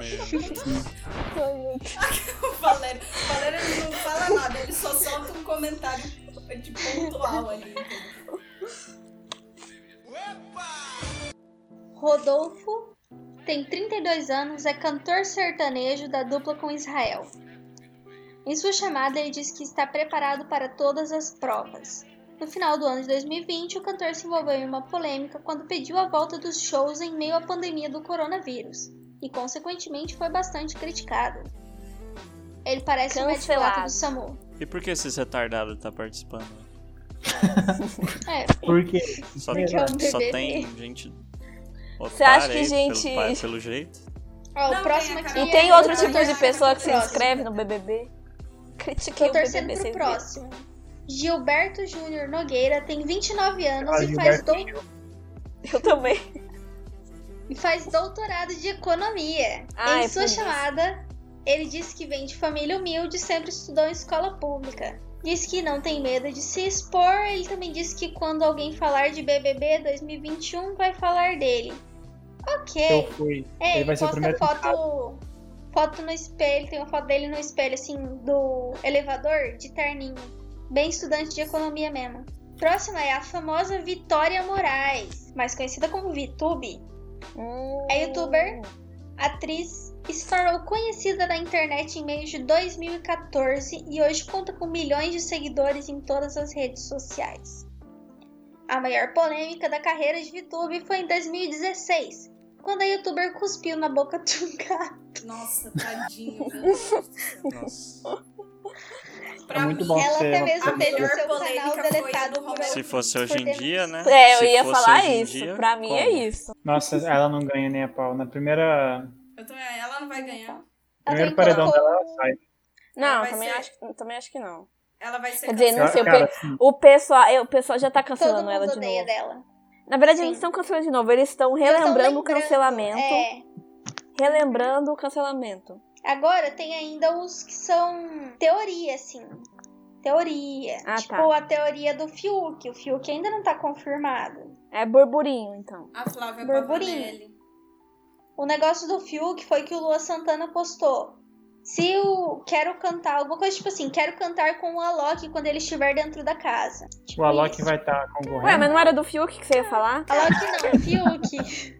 O Valério, o Valério ele não fala nada, ele só solta um comentário de pontual ali. entendeu?
Rodolfo tem 32 anos, é cantor sertanejo da dupla com Israel. Em sua chamada, ele diz que está preparado para todas as provas. No final do ano de 2020, o cantor se envolveu em uma polêmica quando pediu a volta dos shows em meio à pandemia do coronavírus e, consequentemente, foi bastante criticado. Ele parece um médico
Cancelado.
lato do SAMU.
E por que esses retardados tá participando?
É,
Por quê?
Só,
Porque é um
só
bebê.
tem gente.
Você acha
otária
que
aí,
gente-
Pelo, pa- pelo jeito?
ó,
Não,
o próximo
tem a
aqui
cara.
E
é
tem
o
outro
cantor
tipo de pessoa que se
próximo.
inscreve no BBB? Critiquei
Tô
o
torcendo
BBB,
pro
vocês viram?
próximo. Gilberto Júnior Nogueira tem 29 anos
Ah,
e faz,
Gilberto
dou-
Eu também.
e faz doutorado de economia.
Ah,
em
é
sua
por isso.
chamada, ele disse que vem de família humilde e sempre estudou em escola pública. Diz que não tem medo de se expor. Ele também disse que quando alguém falar de BBB 2021, vai falar dele.
Eu
Ok.
fui.
É, ele,
ele vai ser o
posta
primeiro
foto, foto no espelho, tem uma foto dele no espelho, assim, do elevador, de terninho. Bem estudante de economia mesmo. Próxima é a famosa Vitória Moraes, mais conhecida como VTube. É youtuber, atriz e se tornou conhecida na internet em meio de 2014 e hoje conta com milhões de seguidores em todas as redes sociais. A maior polêmica da carreira de VTube foi em 2016, quando a youtuber cuspiu na boca de um gato.
Nossa, tadinho. meu Deus do céu.
Nossa.
Pra
É muito
mim,
bom.
Ela
ser
é
até
uma
mesmo
polêmica.
teve o
A
seu
melhor
canal
polêmica foi a
deletado.
do
por-
Romero
Se fosse hoje em
por
dia, né?
É, eu
Se
ia
fosse
falar
hoje em
isso.
dia,
pra mim é
como?
isso.
Nossa, ela não ganha nem a pau. Na primeira.
Eu também, ela não vai ganhar.
Ela
Primeiro
também
paredão
colocou-
dela, ela sai.
Não,
Vai
também
ser-
acho, que- também acho que não.
Ela vai ser
Quer dizer, não
cancelada.
sei, o,
Cara, assim,
pe-
Hum.
o pessoal, é, o pessoal já tá
Todo
cancelando
mundo
ela de
odeia
novo.
dela.
Na verdade,
Sim.
eles estão cancelando de novo. Eles estão
Já tão
relembrando o
lembrando,
um cancelamento.
É.
Relembrando o cancelamento.
Agora tem ainda os que são teoria, assim. Teoria.
Ah,
tipo
tá.
a teoria do Fiuk. O Fiuk ainda não tá confirmado.
É burburinho, então.
A Flávia
Burburinho.
Pavanelli.
O negócio do Fiuk foi que o Lua Santana postou. Se eu quero cantar, alguma coisa tipo assim, quero cantar com o Alok quando ele estiver dentro da casa. Tipo
O Alok
isso.
vai estar
É.
concorrendo.
Ué, mas não era do Fiuk que você ia falar?
Alok não, Fiuk.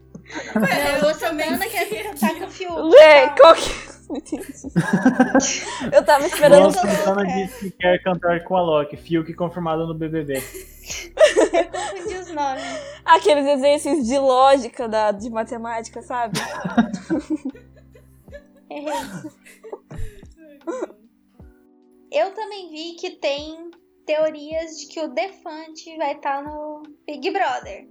É,
Ué,
o Lua Santana quer cantar tá com o Fiuk.
Ué,
calma.
qual que... eu tava esperando...
Luan
Santana
Santana
é.
quer.
disse que quer cantar com a Loki, Fiuk confirmado no BBB.
Confundi os nomes.
Aqueles exercícios de lógica da, de matemática, sabe?
Errei. Eu também vi que tem teorias de que o Defante vai estar no Big Brother.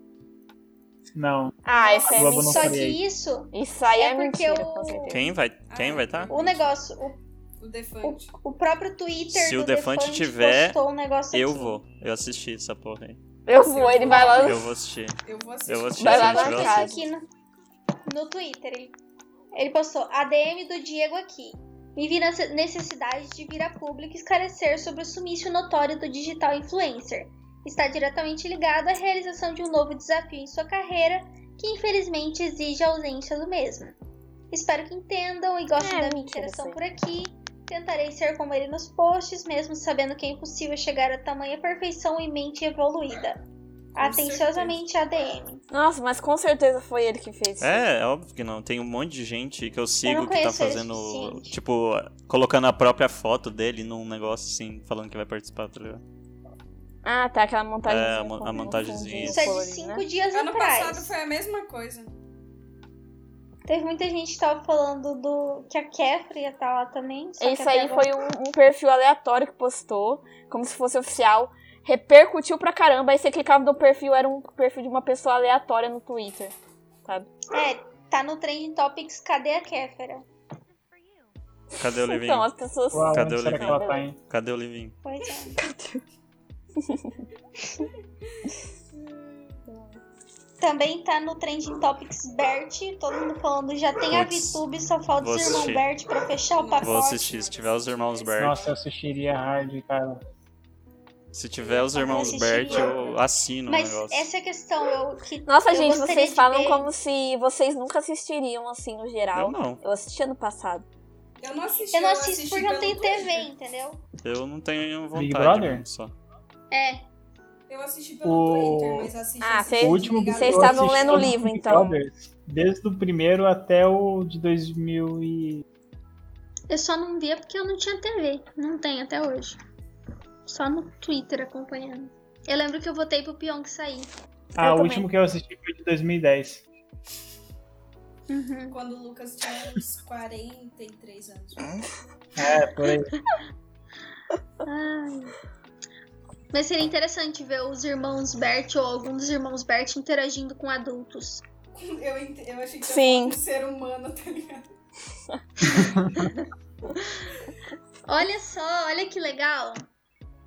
Não,
Ah, isso é
Globo
mentira.
não
Só que
faria
isso,
Isso aí é,
É porque
mentira,
o-
com certeza.
Quem vai estar? Quem vai tá?
o negócio, o,
O Defante.
o próprio Twitter
Se
do
o Defante
Defante
tiver,
postou um negócio
Eu
aqui.
vou. Eu assisti essa porra aí.
Eu vou, ele vai lá...
Eu vou assistir.
Eu vou assistir.
Eu vou assistir.
Vai lá
se não
na
tiver, eu
casa.
assisto.
aqui no, no Twitter. Ele, ele postou ADM do Diego aqui. Me vi na ce- necessidade de vir a público esclarecer sobre o sumício notório do digital influencer. Está diretamente ligado à realização de um novo desafio em sua carreira, que infelizmente exige a ausência do mesmo. Espero que entendam e gostem
É,
da minha
mentira,
interação
sim.
por aqui. Tentarei ser como ele nos posts, mesmo sabendo que é impossível chegar a tamanha perfeição e mente evoluída. Atenciosamente, ADM.
Nossa, mas com certeza foi ele que fez isso.
É, é óbvio que não. Tem um monte de gente que eu sigo que tá
conheço ele
fazendo.
suficiente.
Tipo, colocando a própria foto dele num negócio assim, falando que vai participar, tá ligado?
Ah, tá, aquela montagem.
É, a mon- a montagenzinha.
né?
né? Isso é de cinco dias
Ano
atrás.
passado foi a mesma coisa.
Teve muita gente que tava falando do que a Kefra ia estar lá também. só que
Isso
até
aí
agora-
foi um, um perfil aleatório que postou, como se fosse oficial. Repercutiu pra caramba. Aí você clicava no perfil, era um perfil de uma pessoa aleatória no Twitter.
É, tá no Trending Topics, cadê a Kéfera?
Cadê o Livinho?
Então, as pessoas.
Uau,
Cadê o
onde será que
Livinho?
ela tá, hein?
Cadê o Livinho?
Pois é. Também tá no Trending Topics Bert, todo mundo falando, já tem a
Puts,
VTube, só falta
vou
os irmãos
assistir.
Bert pra fechar o pacote.
Vou assistir, se tiver os irmãos Bert.
Nossa, eu assistiria hard, cara.
Se tiver os
Eu
irmãos
assistiria.
Bert, eu assino
Mas
o um negócio.
essa é a questão, eu que.
Nossa,
eu
gente,
gostaria
vocês
de
falam
ver.
como se vocês nunca assistiriam, assim, no
Eu
é
geral.
não.
Eu assisti ano passado.
Eu não assisti.
Eu não assisto porque eu não
pelo
tenho TV,
Twitter.
entendeu?
Eu não tenho vontade.
Big Brother?
mesmo, Só.
É.
Eu assisti pelo
O-
Twitter, mas assisti.
Ah,
assisti
cê-
O
desligado.
último que
Vocês
eu
estavam
assisti
lendo o
foi
livro,
Big
então.
Brothers, desde o primeiro até o de 2000 e...
Eu só não via porque eu não tinha TV. Não tem até hoje. Só no Twitter acompanhando. Eu lembro que eu votei pro Pyong sair.
Ah,
Eu
o
também.
último que eu assisti foi de 2010.
Quando o Lucas tinha uns 43 anos.
É, por aí.
Mas seria interessante ver os irmãos Bert ou algum dos irmãos Bert interagindo com adultos.
Eu, ent- eu achei que
Sim.
era um ser humano, tá ligado?
Olha só, olha que legal.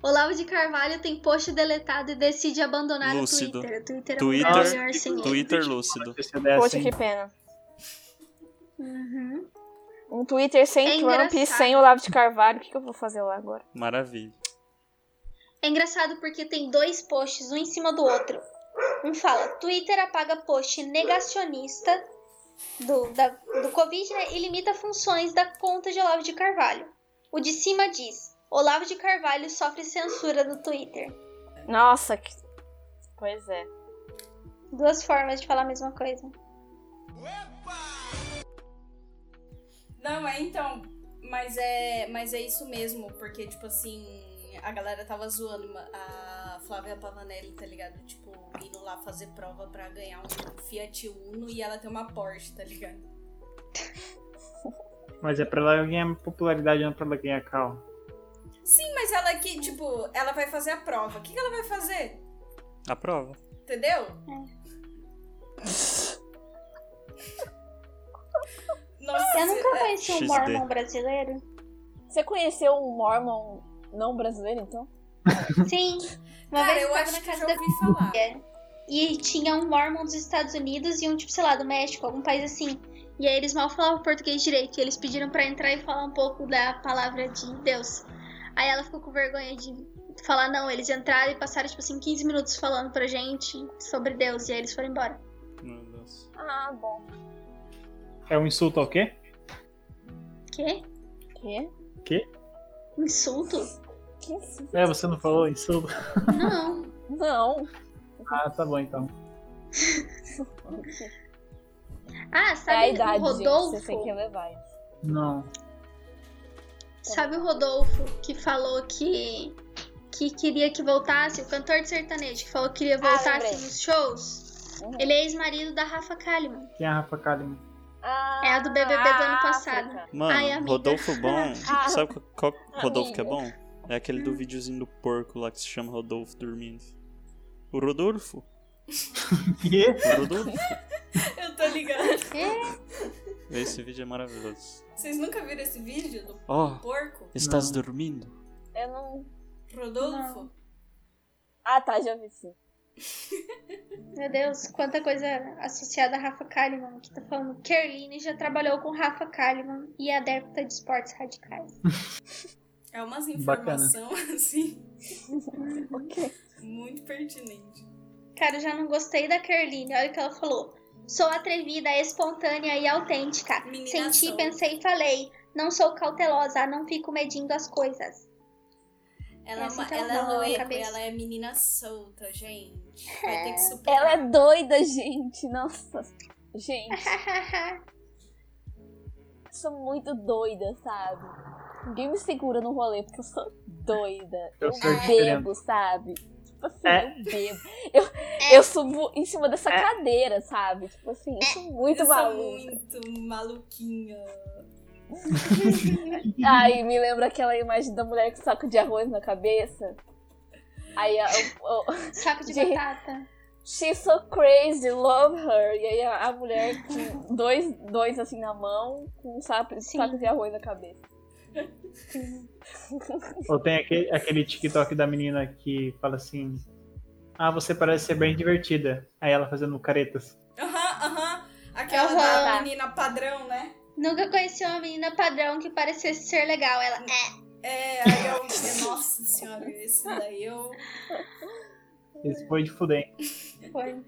Olavo de Carvalho tem post deletado e decide abandonar
Lúcido.
o Twitter. O Twitter, é
Twitter-
o melhor senhor.
Twitter lúcido.
Se você der
Poxa,
assim.
que pena.
Uhum.
Um Twitter sem
É
Trump e
engraçado.
sem Olavo de Carvalho. O que, que eu vou fazer lá agora?
Maravilha.
É engraçado porque tem dois posts, um em cima do outro. Um fala, Twitter apaga post negacionista do, da- do Covid né, e limita funções da conta de Olavo de Carvalho. O de cima diz, Olavo de Carvalho sofre censura no Twitter.
Nossa, que... Pois é.
Duas formas de falar a mesma coisa.
Não, é então. Mas é, mas é isso mesmo, porque, tipo assim, a galera tava zoando ma- a Flávia Pavanelli, tá ligado? Tipo, indo lá fazer prova pra ganhar um Fiat Uno e ela tem uma Porsche, tá ligado?
Mas é pra ela ganhar popularidade, não é pra ela ganhar cal.
Sim, mas ela que, tipo, ela vai fazer a prova. O que, que ela vai fazer?
A prova.
Entendeu?
É.
Nossa,
Eu
É,
nunca conheci um
XD.
mormon brasileiro.
Você conheceu um Mormon não brasileiro, então?
Sim, uma
Cara,
vez
eu
eu
acho
tava na
que eu
casa
já
da
ouvi falar.
E tinha um Mormon dos Estados Unidos e um tipo, sei lá, do México, algum país assim. E aí eles mal falavam português direito. E eles pediram pra entrar e falar um pouco da palavra de Deus. Aí ela ficou com vergonha de falar não. Eles entraram e passaram, tipo assim, 15 minutos falando pra gente sobre Deus. E aí eles foram embora.
Meu Deus.
Ah, bom.
É um insulto ao quê?
Quê?
Que?
Insulto?
Que isso?
É, você não falou insulto?
Não.
Não.
Ah, tá bom então.
Ah,
É a
sabe
idade,
o
gente. Você tem que
Rodolfo?
levar isso.
Não.
Sabe o Rodolfo que falou que que queria que voltasse, o cantor de sertanejo que falou que queria voltar
lembrei.
assim, nos shows?
Uhum.
Ele é ex-marido da Rafa Kalimann.
Quem é a Rafa Kalimann?
É a do BBB do
Ah,
ano passado.
África.
Mano,
Ai, amiga.
Rodolfo bom.
Ah,
sabe qual, qual Rodolfo que é bom?
amiga.
É aquele
Hum.
do videozinho do porco lá que se chama Rodolfo dormindo. O Rodolfo?
Quê?
O Rodolfo?
eu tô ligando.
Esse vídeo é maravilhoso.
Vocês nunca viram esse vídeo do
Ó,
porco?
estás dormindo?
Eu não.
Rodolfo?
Ah, tá, já vi sim.
Meu Deus, quanta coisa associada a Rafa Kalimann que tá falando. Kerline já trabalhou com Rafa Kalimann e é adepta de esportes radicais.
É umas
Bacana.
informações, assim,
Ok.
muito pertinente.
Cara, eu já não gostei da Kerline, olha o que ela falou. Sou atrevida, espontânea e autêntica.
Menina
Senti,
sou.
pensei e falei. Não sou cautelosa, não fico medindo as coisas.
Ela, é,
Essa
uma,
que é
ela,
uma boa
é loira,
cabeça.
ela é menina solta, gente. Vai ter que superar.
Ela é doida, gente. Nossa. Gente, eu sou muito doida, sabe? Ninguém me segura no rolê porque eu sou doida.
Eu
Eu,
sou
bebo, sabe? Tipo assim,
É.
eu bebo. Eu,
É.
eu subo em cima dessa
É.
cadeira, sabe? Tipo assim, eu sou muito
Eu sou
maluco.
muito maluquinha.
Aí me lembra aquela imagem da mulher com saco de arroz na cabeça. Aí a- o- o-
Saco de
Gente.
batata.
She's so crazy, love her. E aí a, a mulher com dois, dois assim na mão, com um sapo,
Sim.
saco de arroz na cabeça.
Ou tem aquele, aquele TikTok da menina que fala assim: Ah, você parece ser bem divertida. Aí ela fazendo caretas.
Aham, aham. Aquela
Aham. tá.
da menina padrão, né?
Nunca conheci uma menina padrão que parecesse ser legal. Ela é.
É, aí eu. Nossa senhora, esse daí eu.
Esse foi de fuder.
Foi.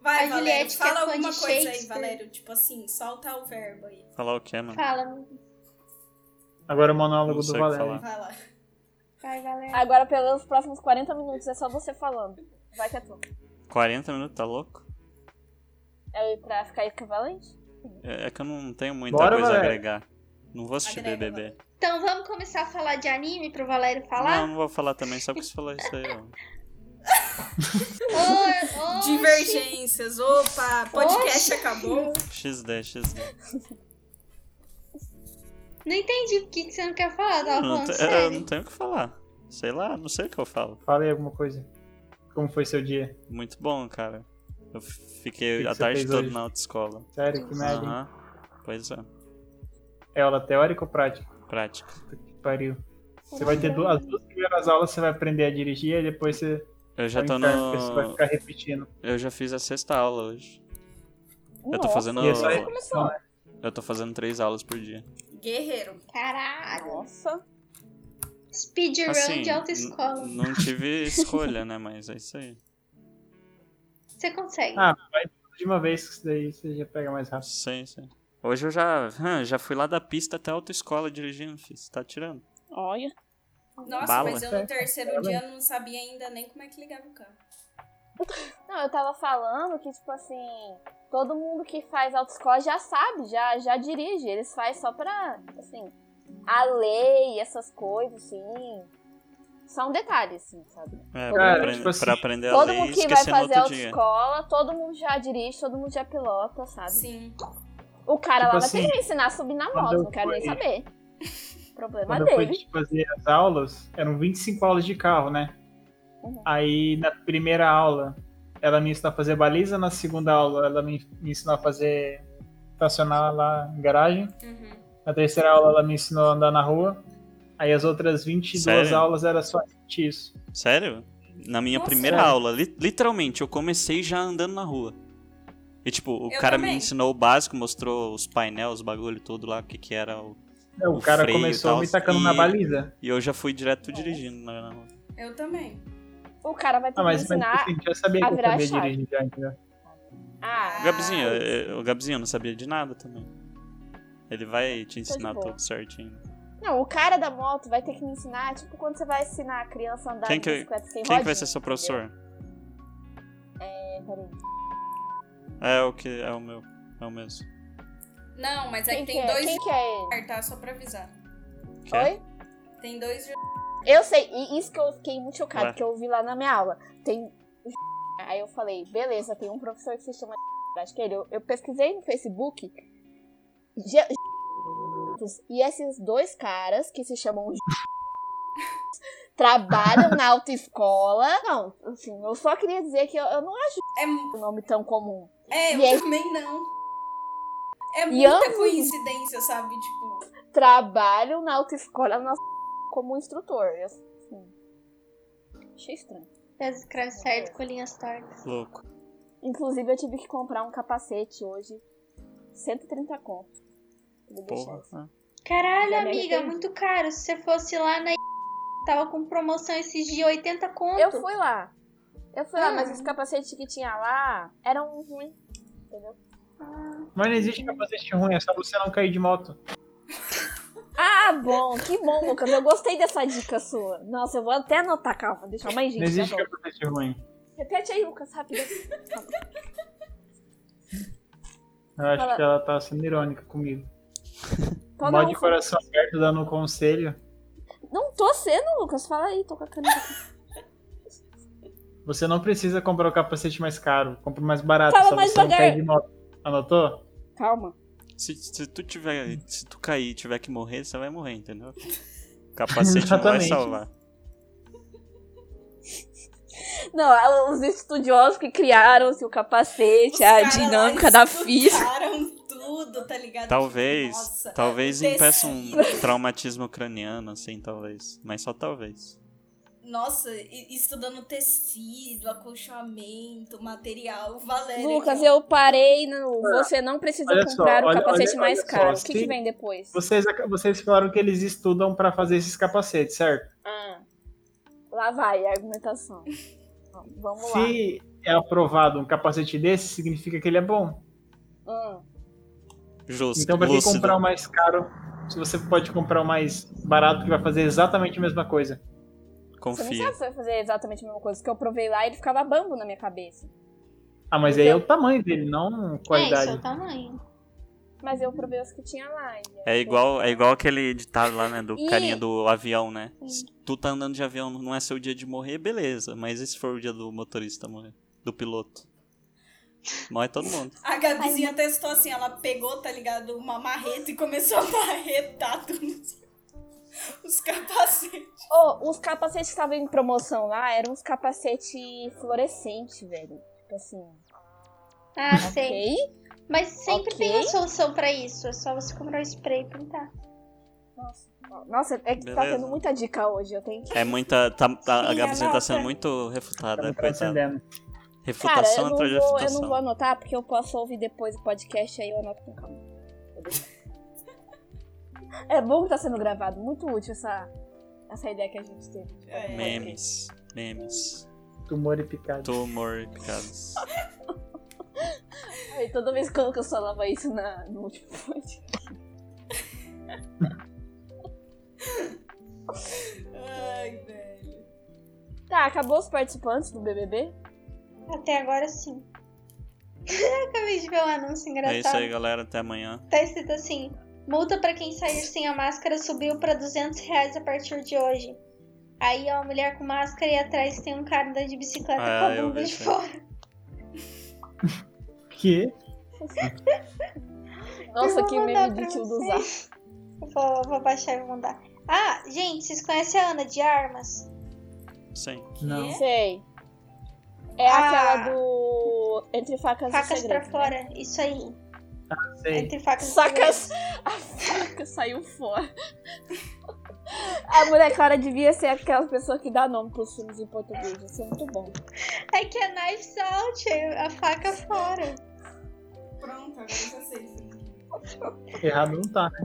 Vai,
A
Valério,
Juliette, que é
fala
fã de
alguma coisa aí,
Shakespeare.
Valério. Tipo assim, solta o verbo aí.
Falar o que, mano?
Fala.
Agora o monólogo
Não
do
sei o que
Valério.
falar.
Vai lá.
Vai, Valéria.
Agora, pelos próximos 40 minutos, é só você falando. Vai que é tu.
40 minutos, tá louco?
É pra ficar equivalente?
É, é que eu não tenho muita
Bora,
coisa
Valério.
a agregar. Não vou assistir
Agrega,
BBB.
Então vamos começar a falar de anime pro Valério
Não,
falar?
não vou falar também, só quis falar isso aí, ó.
Ô, ô,
Divergências, opa, podcast acabou.
XD, XD.
Não entendi por que que você não quer falar, eu
Eu
tava
não,
falando
tá, te- eu não
sério.
tenho o que falar. Sei lá, não sei o que eu falo.
Fala aí alguma coisa. Como foi seu dia?
Muito bom, cara. Eu
O que
fiquei
que
a
você
tarde
fez
toda
hoje?
na autoescola.
Sério, que merda. hein?
Aham. Pois é,
É aula teórica ou prática?
prática.
Puta que pariu. Você vai ter duas, as duas primeiras aulas, você vai aprender a dirigir e depois você,
Eu já
vai
tô
inferno, porque você vai
no.
ficar repetindo.
Eu já fiz a sexta aula hoje. Eu tô
Nossa,
fazendo.
E é só
Nossa, começou.
repetição, né?
Eu tô fazendo três aulas por dia.
Guerreiro.
Caralho.
Nossa.
Speedrun
Assim,
de autoescola.
n- Não tive escolha, né? Mas é isso aí.
Você consegue.
Ah, vai tudo de uma vez, que isso daí você já pega mais rápido.
Sim, sim. Hoje eu já, hã, já fui lá da pista até a autoescola dirigindo, filho. Você tá tirando?
Olha.
Nossa,
Bala.
mas eu no terceiro dia não sabia ainda nem como é que ligava o carro.
Não, eu tava falando que, tipo assim, todo mundo que faz autoescola já sabe, já, já dirige. Eles fazem só pra, assim, a lei, essas coisas, assim. São detalhes, assim, sabe?
É,
Todo
pra,
mundo-
apren-
tipo assim,
pra aprender a
todo
lei e
mundo que vai
esquecer no
fazer
outro dia.
autoescola, todo mundo já dirige, todo mundo já pilota, sabe?
Sim.
O cara
Tipo
lá
assim,
vai querer ensinar a subir na
quando
moto,
eu
não quero nem
fui-
saber. Problema
Quando eu fui
dele.
fazer as aulas, eram 25 aulas de carro, né?
Uhum.
Aí na primeira aula, ela me ensinou a fazer baliza, na segunda aula, ela me, me ensinou a fazer estacionar lá em garagem,
Uhum.
na terceira aula, ela me ensinou a andar na rua, aí as outras 22
Sério?
aulas era só repetir isso.
Sério? Na minha
Nossa.
primeira aula, li- literalmente, eu comecei já andando na rua. E tipo, o
Eu
cara me
também.
ensinou o básico, mostrou os painéis, os bagulho todo lá, o que que era. o-
Então, O,
O
cara
freio e
começou
tal,
me tacando na
e-
baliza.
E eu já fui direto dirigindo na, na rua.
Eu também.
O cara vai ter
Ah,
que
mas, mas
ensinar.
assim, já sabia
a
que eu
virar a
sabia
chave.
dirigir já, entendeu?
Ah,
Gabizinho, eh, o Gabizinho não sabia de nada também. Ele vai te ensinar
Tá boa.
tudo certinho.
Não, o cara da moto vai ter que me ensinar, tipo, quando você vai ensinar a criança a andar
Quem
de
que-
bicicleta sem
Quem
rodinha.
que vai ser seu professor?
É, peraí.
É o que é o meu. É o mesmo.
Não, mas aí
Quem,
tem
que é?
dois
Quem que é ele?
tá? Só pra avisar.
Que é?
Oi?
Tem dois
Eu sei, e isso que eu fiquei muito chocada,
Ué.
que eu vi lá na minha aula. Tem. Aí eu falei, beleza, tem um professor que se chama. Acho que é ele. Eu, eu pesquisei no Facebook. Ge- E esses dois caras que se chamam. trabalham na autoescola. Não, assim, eu só queria dizer que eu, eu não acho
É,
o nome tão comum.
é eu
E aí-
também não. É
E
muita
ambos-
coincidência, sabe? Tipo,
Trabalham na autoescola na... como instrutor. Eu, assim, achei estranho.
Pés escravos certos, colinhas tortas.
Louco.
Inclusive, eu tive que comprar um capacete hoje. 130 conto. assim. Do BBX.
Porra. né?
Caralho,
Já me
amiga,
arrependi.
muito caro. Se você fosse lá na. Tava com promoção esses dias, 80 conto. É,
Eu fui lá. Eu fui lá,
Ah.
mas os capacetes que tinha lá eram ruins.
Mas não existe capacete ruim, é só você não cair de moto.
Ah, bom, que bom, Lucas. Eu gostei dessa dica sua. Nossa, eu vou até anotar, calma. Deixa mais gente.
Não
tá já
existe
volto.
capacete ruim.
Repete aí, Lucas, rápido.
Eu acho
Fala.
que ela tá sendo irônica comigo.
Pode
Mó
não,
de coração aberto dando um conselho.
não tô sendo, Lucas. Fala aí, tô com a caneta. aqui.
Você não precisa comprar o capacete mais caro, compra o mais barato,
Fala
só
mais
você não
devagar.
perde moto. Anotou?
Calma.
Se, se tu tiver. Se tu cair e tiver que morrer, você vai morrer, entendeu? O Capacete não vai
Exatamente.
salvar.
Não, ela- os estudiosos que criaram assim, o capacete, a
Os cara lá
dinâmica da física.
estudaram tudo, tá ligado?
Talvez.
Nossa.
talvez
desse-
impeça um traumatismo craniano, assim, talvez. Mas só talvez.
Nossa, e- estudando tecido, acolchamento, material, Valéria.
Lucas,
que é
eu Ah, parei no. Você não precisa
Olha só,
comprar o
olha-
capacete
olha-
mais
olha só,
caro. o que,
se-
que vem depois?
Vocês, ac- vocês falaram que eles estudam pra fazer esses capacetes, certo?
Ah, lá vai a argumentação. Bom, Vamos lá.
Se é aprovado um capacete desse, significa que ele é bom.
Ah,
Justo.
Então, pra que
lúcido.
comprar o mais caro, se você pode comprar o mais barato, que vai fazer exatamente a mesma coisa?
você não
Confia.
sabe se vai fazer exatamente a mesma coisa que eu provei lá e ele ficava bambo na minha cabeça.
Ah, mas aí é o
Então-
tamanho dele, não
É, isso é
qualidade.
o tamanho.
Mas eu provei os que tinha lá. e-
É igual, é igual aquele ditado lá, né? Do
E-
carinha do avião, né?
Sim.
Se tu tá andando de avião, não é seu dia de morrer, beleza. Mas e se for o dia do motorista morrer? Do piloto? Morre todo mundo.
A Gabizinha testou assim, ela pegou, tá ligado, uma marreta e começou a marretar tudo. Os capacetes.
Ô, os capacetes que estavam em promoção lá eram uns capacete fluorescente, velho. Tipo assim.
Ah, sei.
Ok?
Mas sempre
Ok.
tem uma solução pra isso. É só você comprar o spray e pintar.
Nossa, nossa, é que tá
Beleza.
tendo muita dica hoje. Eu tenho que.
É muita. tá- tá- a
Sim, é,
Gabizinha tá
anota.
sendo muito refutada,
Estamos
coitada.
transcendendo.
Cara, eu
Refutação
não,
atrás de
vou, eu não
refutação.
vou anotar porque eu posso ouvir depois o podcast aí eu anoto com calma. Eu deixo. É bom que tá sendo gravado, muito útil essa, essa ideia que a gente teve.
É.
Memes. Memes.
Tumor e picado.
Tumor e picadas.
Ai, toda vez que eu que eu falava isso na, no último podcast.
Ai, velho.
Tá, acabou os participantes do BBB?
Até agora sim. Acabei de ver um anúncio engraçado.
É
tá
isso aí, galera. Até amanhã.
Tá escrito assim: multa pra quem sair sem a máscara subiu pra 200 reais a partir de hoje. Aí é uma mulher com máscara e atrás tem um cara andando de bicicleta
Ah,
com a
eu
bunda
vi
de
isso aí.
fora.
Que?
Nossa,
Eu vou
que meme
mandar
de
pra
tio do Zap.
vocês. Eu vou, vou baixar e vou mandar. Ah, gente, vocês conhecem a Ana de Armas?
Sim.
Não.
Sei. É
Ah.
aquela do. Entre facas, e
Facas pra
segredos. né?
fora, isso aí.
Sei.
Entre facas e segredos.
Sacas. A faca saiu fora. A molecada devia ser assim, é aquela pessoa que dá nome pros filmes em português. Isso é muito bom.
É que a knife out, é a faca fora.
Pronto, agora já sei.
É.
Errado não tá. né?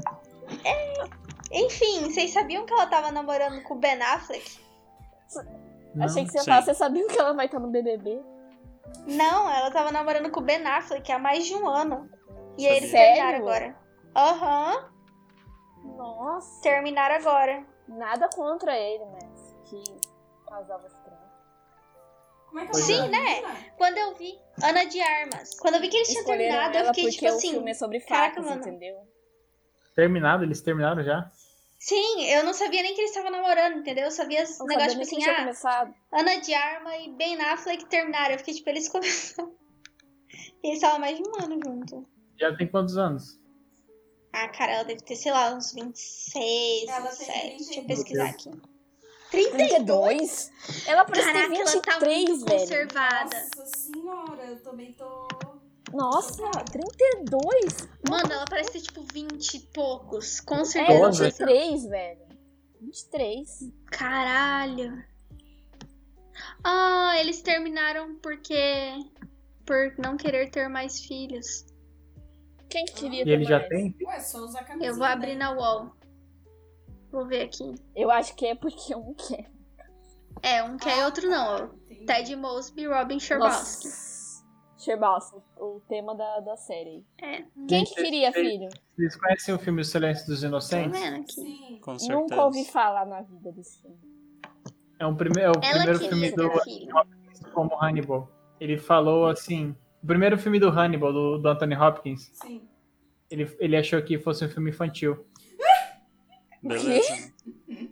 Enfim, vocês sabiam que ela tava namorando com o Ben Affleck?
Não.
Achei que você ia
sim.
falar, você sabia que ela vai estar no BBB?
Não, ela tava namorando com o Ben Affleck há mais de um ano. E aí eles
Sério?
terminaram agora. Aham.
Nossa.
terminar agora.
Nada contra ele, mas que casal estranho.
Como é que
Pois
eu
é.
vou
Sim, né?
adivinhar?
Quando eu vi Ana de Armas, quando eu vi que eles tinham
Escolheram
terminado, eu
ela
fiquei
porque
tipo
o
assim.
filme é sobre
caraca,
facas,
mano.
entendeu?
Terminado? Eles terminaram já?
Sim, eu não sabia nem que eles estavam namorando, entendeu? Eu sabia esse
Não
negócio tipo
sabia nem que
assim,
tinha
ah,
começado.
Ana de Arma e Ben Affleck terminaram. Eu fiquei tipo, eles começaram. E eles estavam mais de um ano junto.
Já tem quantos anos?
Ah, cara, ela deve ter, sei lá, uns 26,
Ela tem
27. Deixa
32.
eu pesquisar aqui. 32?
32? Ela parece ter
Caraca, ela tá
23,
muito
velho.
conservada.
Nossa senhora, eu também tô.
Nossa, 32?
Mano, ela parece ter tipo 20 e poucos. Com
É, ela
certeza.
Nossa.
tem 23, velho. 23.
Caralho. Ah, eles terminaram porque. Por não querer ter mais filhos.
Quem que queria
E
ter
ele já
mais?
tem?
Ué, só usar a camisa.
Eu vou abrir
né?
na wall. Vou ver aqui.
Eu acho que é porque um quer.
É, um
Ah.
quer e outro não. Tá.
Entendi.
Ted Mosby e Robin Scherbaus.
Nossa. Cherbowski, o tema da, da série.
É.
Quem que queria,
Gente,
filho?
Vocês conhecem o filme O Silêncio dos
Tô
Inocentes?
Tá vendo aqui.
Sim.
Com certeza.
Nunca ouvi falar na vida desse filme.
É, um prime... é o
Ela
primeiro filme
queria
do
ter filho.
como Hannibal. Ele falou assim. O primeiro filme do Hannibal, do, do Anthony Hopkins,
Sim.
ele, ele achou que fosse um filme infantil.
Beleza?
Ele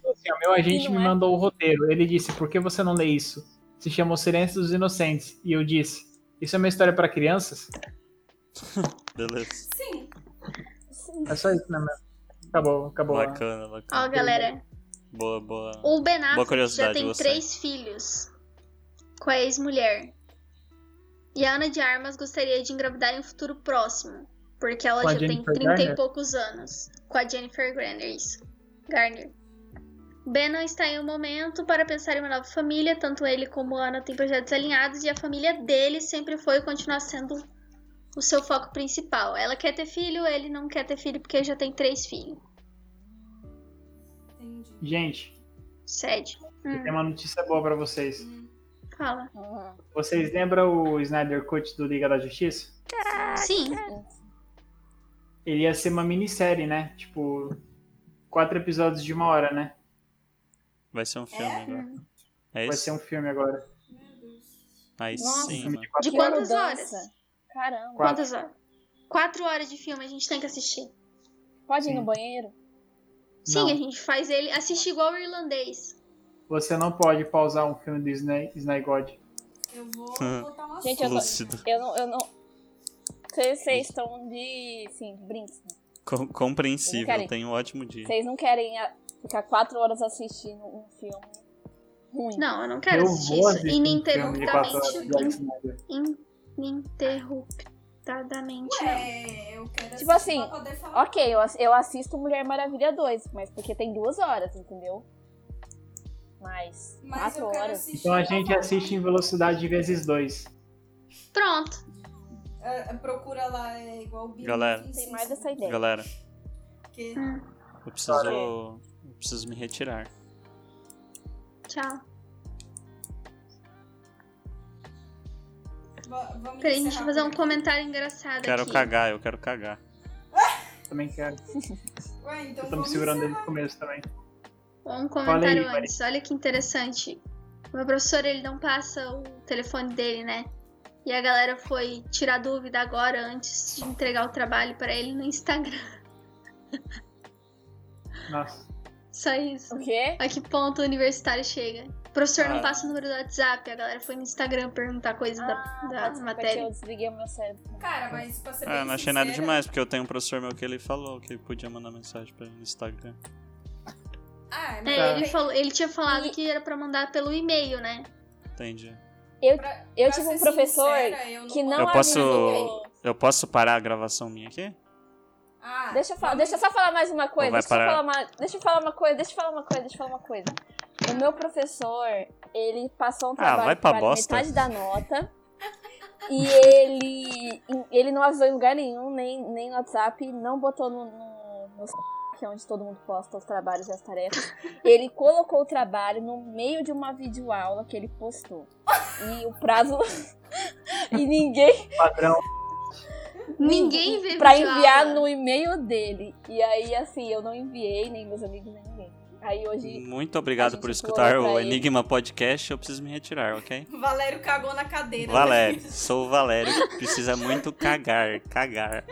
falou assim: ó, meu agente
não
me
é.
mandou o roteiro. Ele disse: por que você não lê isso? se chamou Silêncio dos Inocentes. E eu disse: Isso é uma história para crianças?
Beleza.
Sim.
É só isso, né? meu? Acabou, acabou. lá.
Bacana, bacana.
Ó, galera.
Boa, boa.
O Ben
Boa
Affleck já
curiosidade,
tem
você.
três filhos com a ex-mulher. E a Ana de Armas gostaria de engravidar em um futuro próximo. Porque ela
Com a
já tem
Jennifer
30
Garner?
e poucos anos. Com a Jennifer Garner, isso. Garner. Ben não está em um momento para pensar em uma nova família. Tanto ele como a Ana têm projetos alinhados. E a família dele sempre foi e continua sendo o seu foco principal. Ela quer ter filho, ele não quer ter filho porque já tem três filhos.
Entendi.
Gente,
Sede.
eu tenho uma notícia boa pra vocês.
Fala.
Vocês lembram o Snyder Cut do Liga da Justiça?
Sim.
Ele ia ser uma minissérie, né? Tipo, quatro episódios de uma hora, né?
Vai ser um filme agora. É
Vai
isso?
ser um filme agora. Um
Aí
Nossa.
sim,
Filme
mano.
de quatro
De
Que
quantas
arrogância.
horas?
Caramba.
Quatro.
Quantas horas? Quatro horas de filme a gente tem que assistir.
Pode ir
Sim.
no banheiro?
Sim,
Não.
a gente faz ele. Assiste igual o irlandês.
Você não pode pausar um filme do Sna- Sny God.
Eu vou
Hum.
botar uma
Gente,
sopa.
eu tô-
Lúcido.
Eu não. Eu não... Vocês vocês estão de. Sim, brinks. né?
Com-
Eu não quero
compreensível.
ir.
Tenha um ótimo dia.
Vocês não querem a- ficar quatro horas assistindo um filme ruim.
Não, eu não quero
eu
assistir
vou
isso. tá
assistir um filme de quatro horas do Zack
Ininterruptamente.
Snyder.
in- Ininterruptadamente. não.
Ué, eu quero
Tipo
assistir
assim,
pra poder falar.
Ok, eu, ass- eu assisto Mulher Maravilha 2, mas porque tem duas horas, entendeu? Mas.
Mas
quatro
eu quero
horas.
assistir
Então a
pra
gente
falar.
assiste em velocidade vezes dois.
Pronto.
Ah, procura lá, é igual o Billy.
Galera.
Vincent,
Tem mais essa ideia.
Galera,
porque-
Ah.
eu preciso. Eu preciso me retirar.
Tchau.
Va- Vamos
Peraí, deixa
encerrar
eu fazer um
por-
comentário engraçado
Quero
aqui.
cagar, eu quero cagar.
Também quero.
Ué, então
Eu tô me
vamos
segurando
encerrar.
desde o começo também.
Um comentário
Fala aí,
antes. Olha que interessante. O meu professor, ele não passa o telefone dele, né? E a galera foi tirar dúvida agora, antes de entregar o trabalho pra ele no Instagram.
Nossa.
Só isso.
O quê?
A que ponto o universitário chega? O professor
Ah.
não passa o número do WhatsApp, a galera foi no Instagram perguntar coisa da, da
Desculpa, é que
matéria.
eu desliguei o meu cérebro.
Cara, mas pra ser bem
Ah, não achei nada
sincera,
demais, porque eu tenho um professor meu que ele falou que podia mandar mensagem pra ele no Instagram.
Ah, mas
É, ele,
bem,
falou, ele tinha falado
E-
que era pra mandar pelo e-mail, né?
Entendi.
pra-
Eu
pra
tive
ser
um professor
sincera, eu
que não
Eu
mando
posso-
ninguém.
avisou.
Eu posso parar a gravação minha aqui?
Ah,
Deixa eu, falar,
vamos-
deixa eu só falar mais uma coisa.
vai
Deixa eu, só
parar.
falar uma, deixa eu falar uma coisa, deixa eu falar uma coisa, deixa eu falar uma coisa. O meu professor, ele passou um trabalho
Ah, vai pra
para
bosta.
metade da nota. E ele, ele não avisou em lugar nenhum, nem, nem no WhatsApp, não botou no, no, no s- que é onde todo mundo posta os trabalhos e as tarefas. Ele colocou o trabalho no meio de uma videoaula que ele postou. E o prazo. e ninguém
Padrão.
Ninguém vê
pra
videoaula.
enviar no e-mail dele. E aí, assim, eu não enviei, nem meus amigos, nem ninguém. Aí hoje.
Muito
a
obrigado
gente
por
explorou
escutar
pra
o
ele.
Enigma Podcast. Eu preciso me retirar, ok?
Valério cagou na cadeira. né?
Valério, sou o Valério que precisa muito cagar, cagar.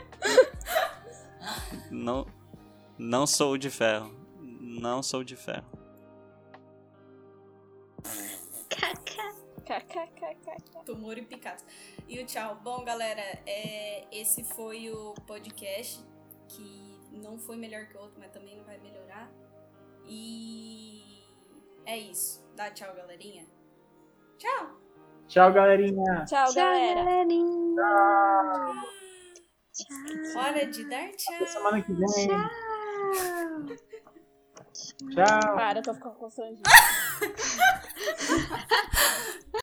Não, não sou de ferro. Não sou de ferro.
kkkk.
Tumor e picado. E o tchau. Bom, galera, é, esse foi o podcast que não foi melhor que o outro, mas também não vai melhorar. E é isso. Dá tchau, galerinha. Tchau!
Tchau, galerinha.
Tchau, galera.
galerinha.
Hora de dar
Até
tchau.
semana que vem. Tchau.
Para, eu tô ficando constrangida.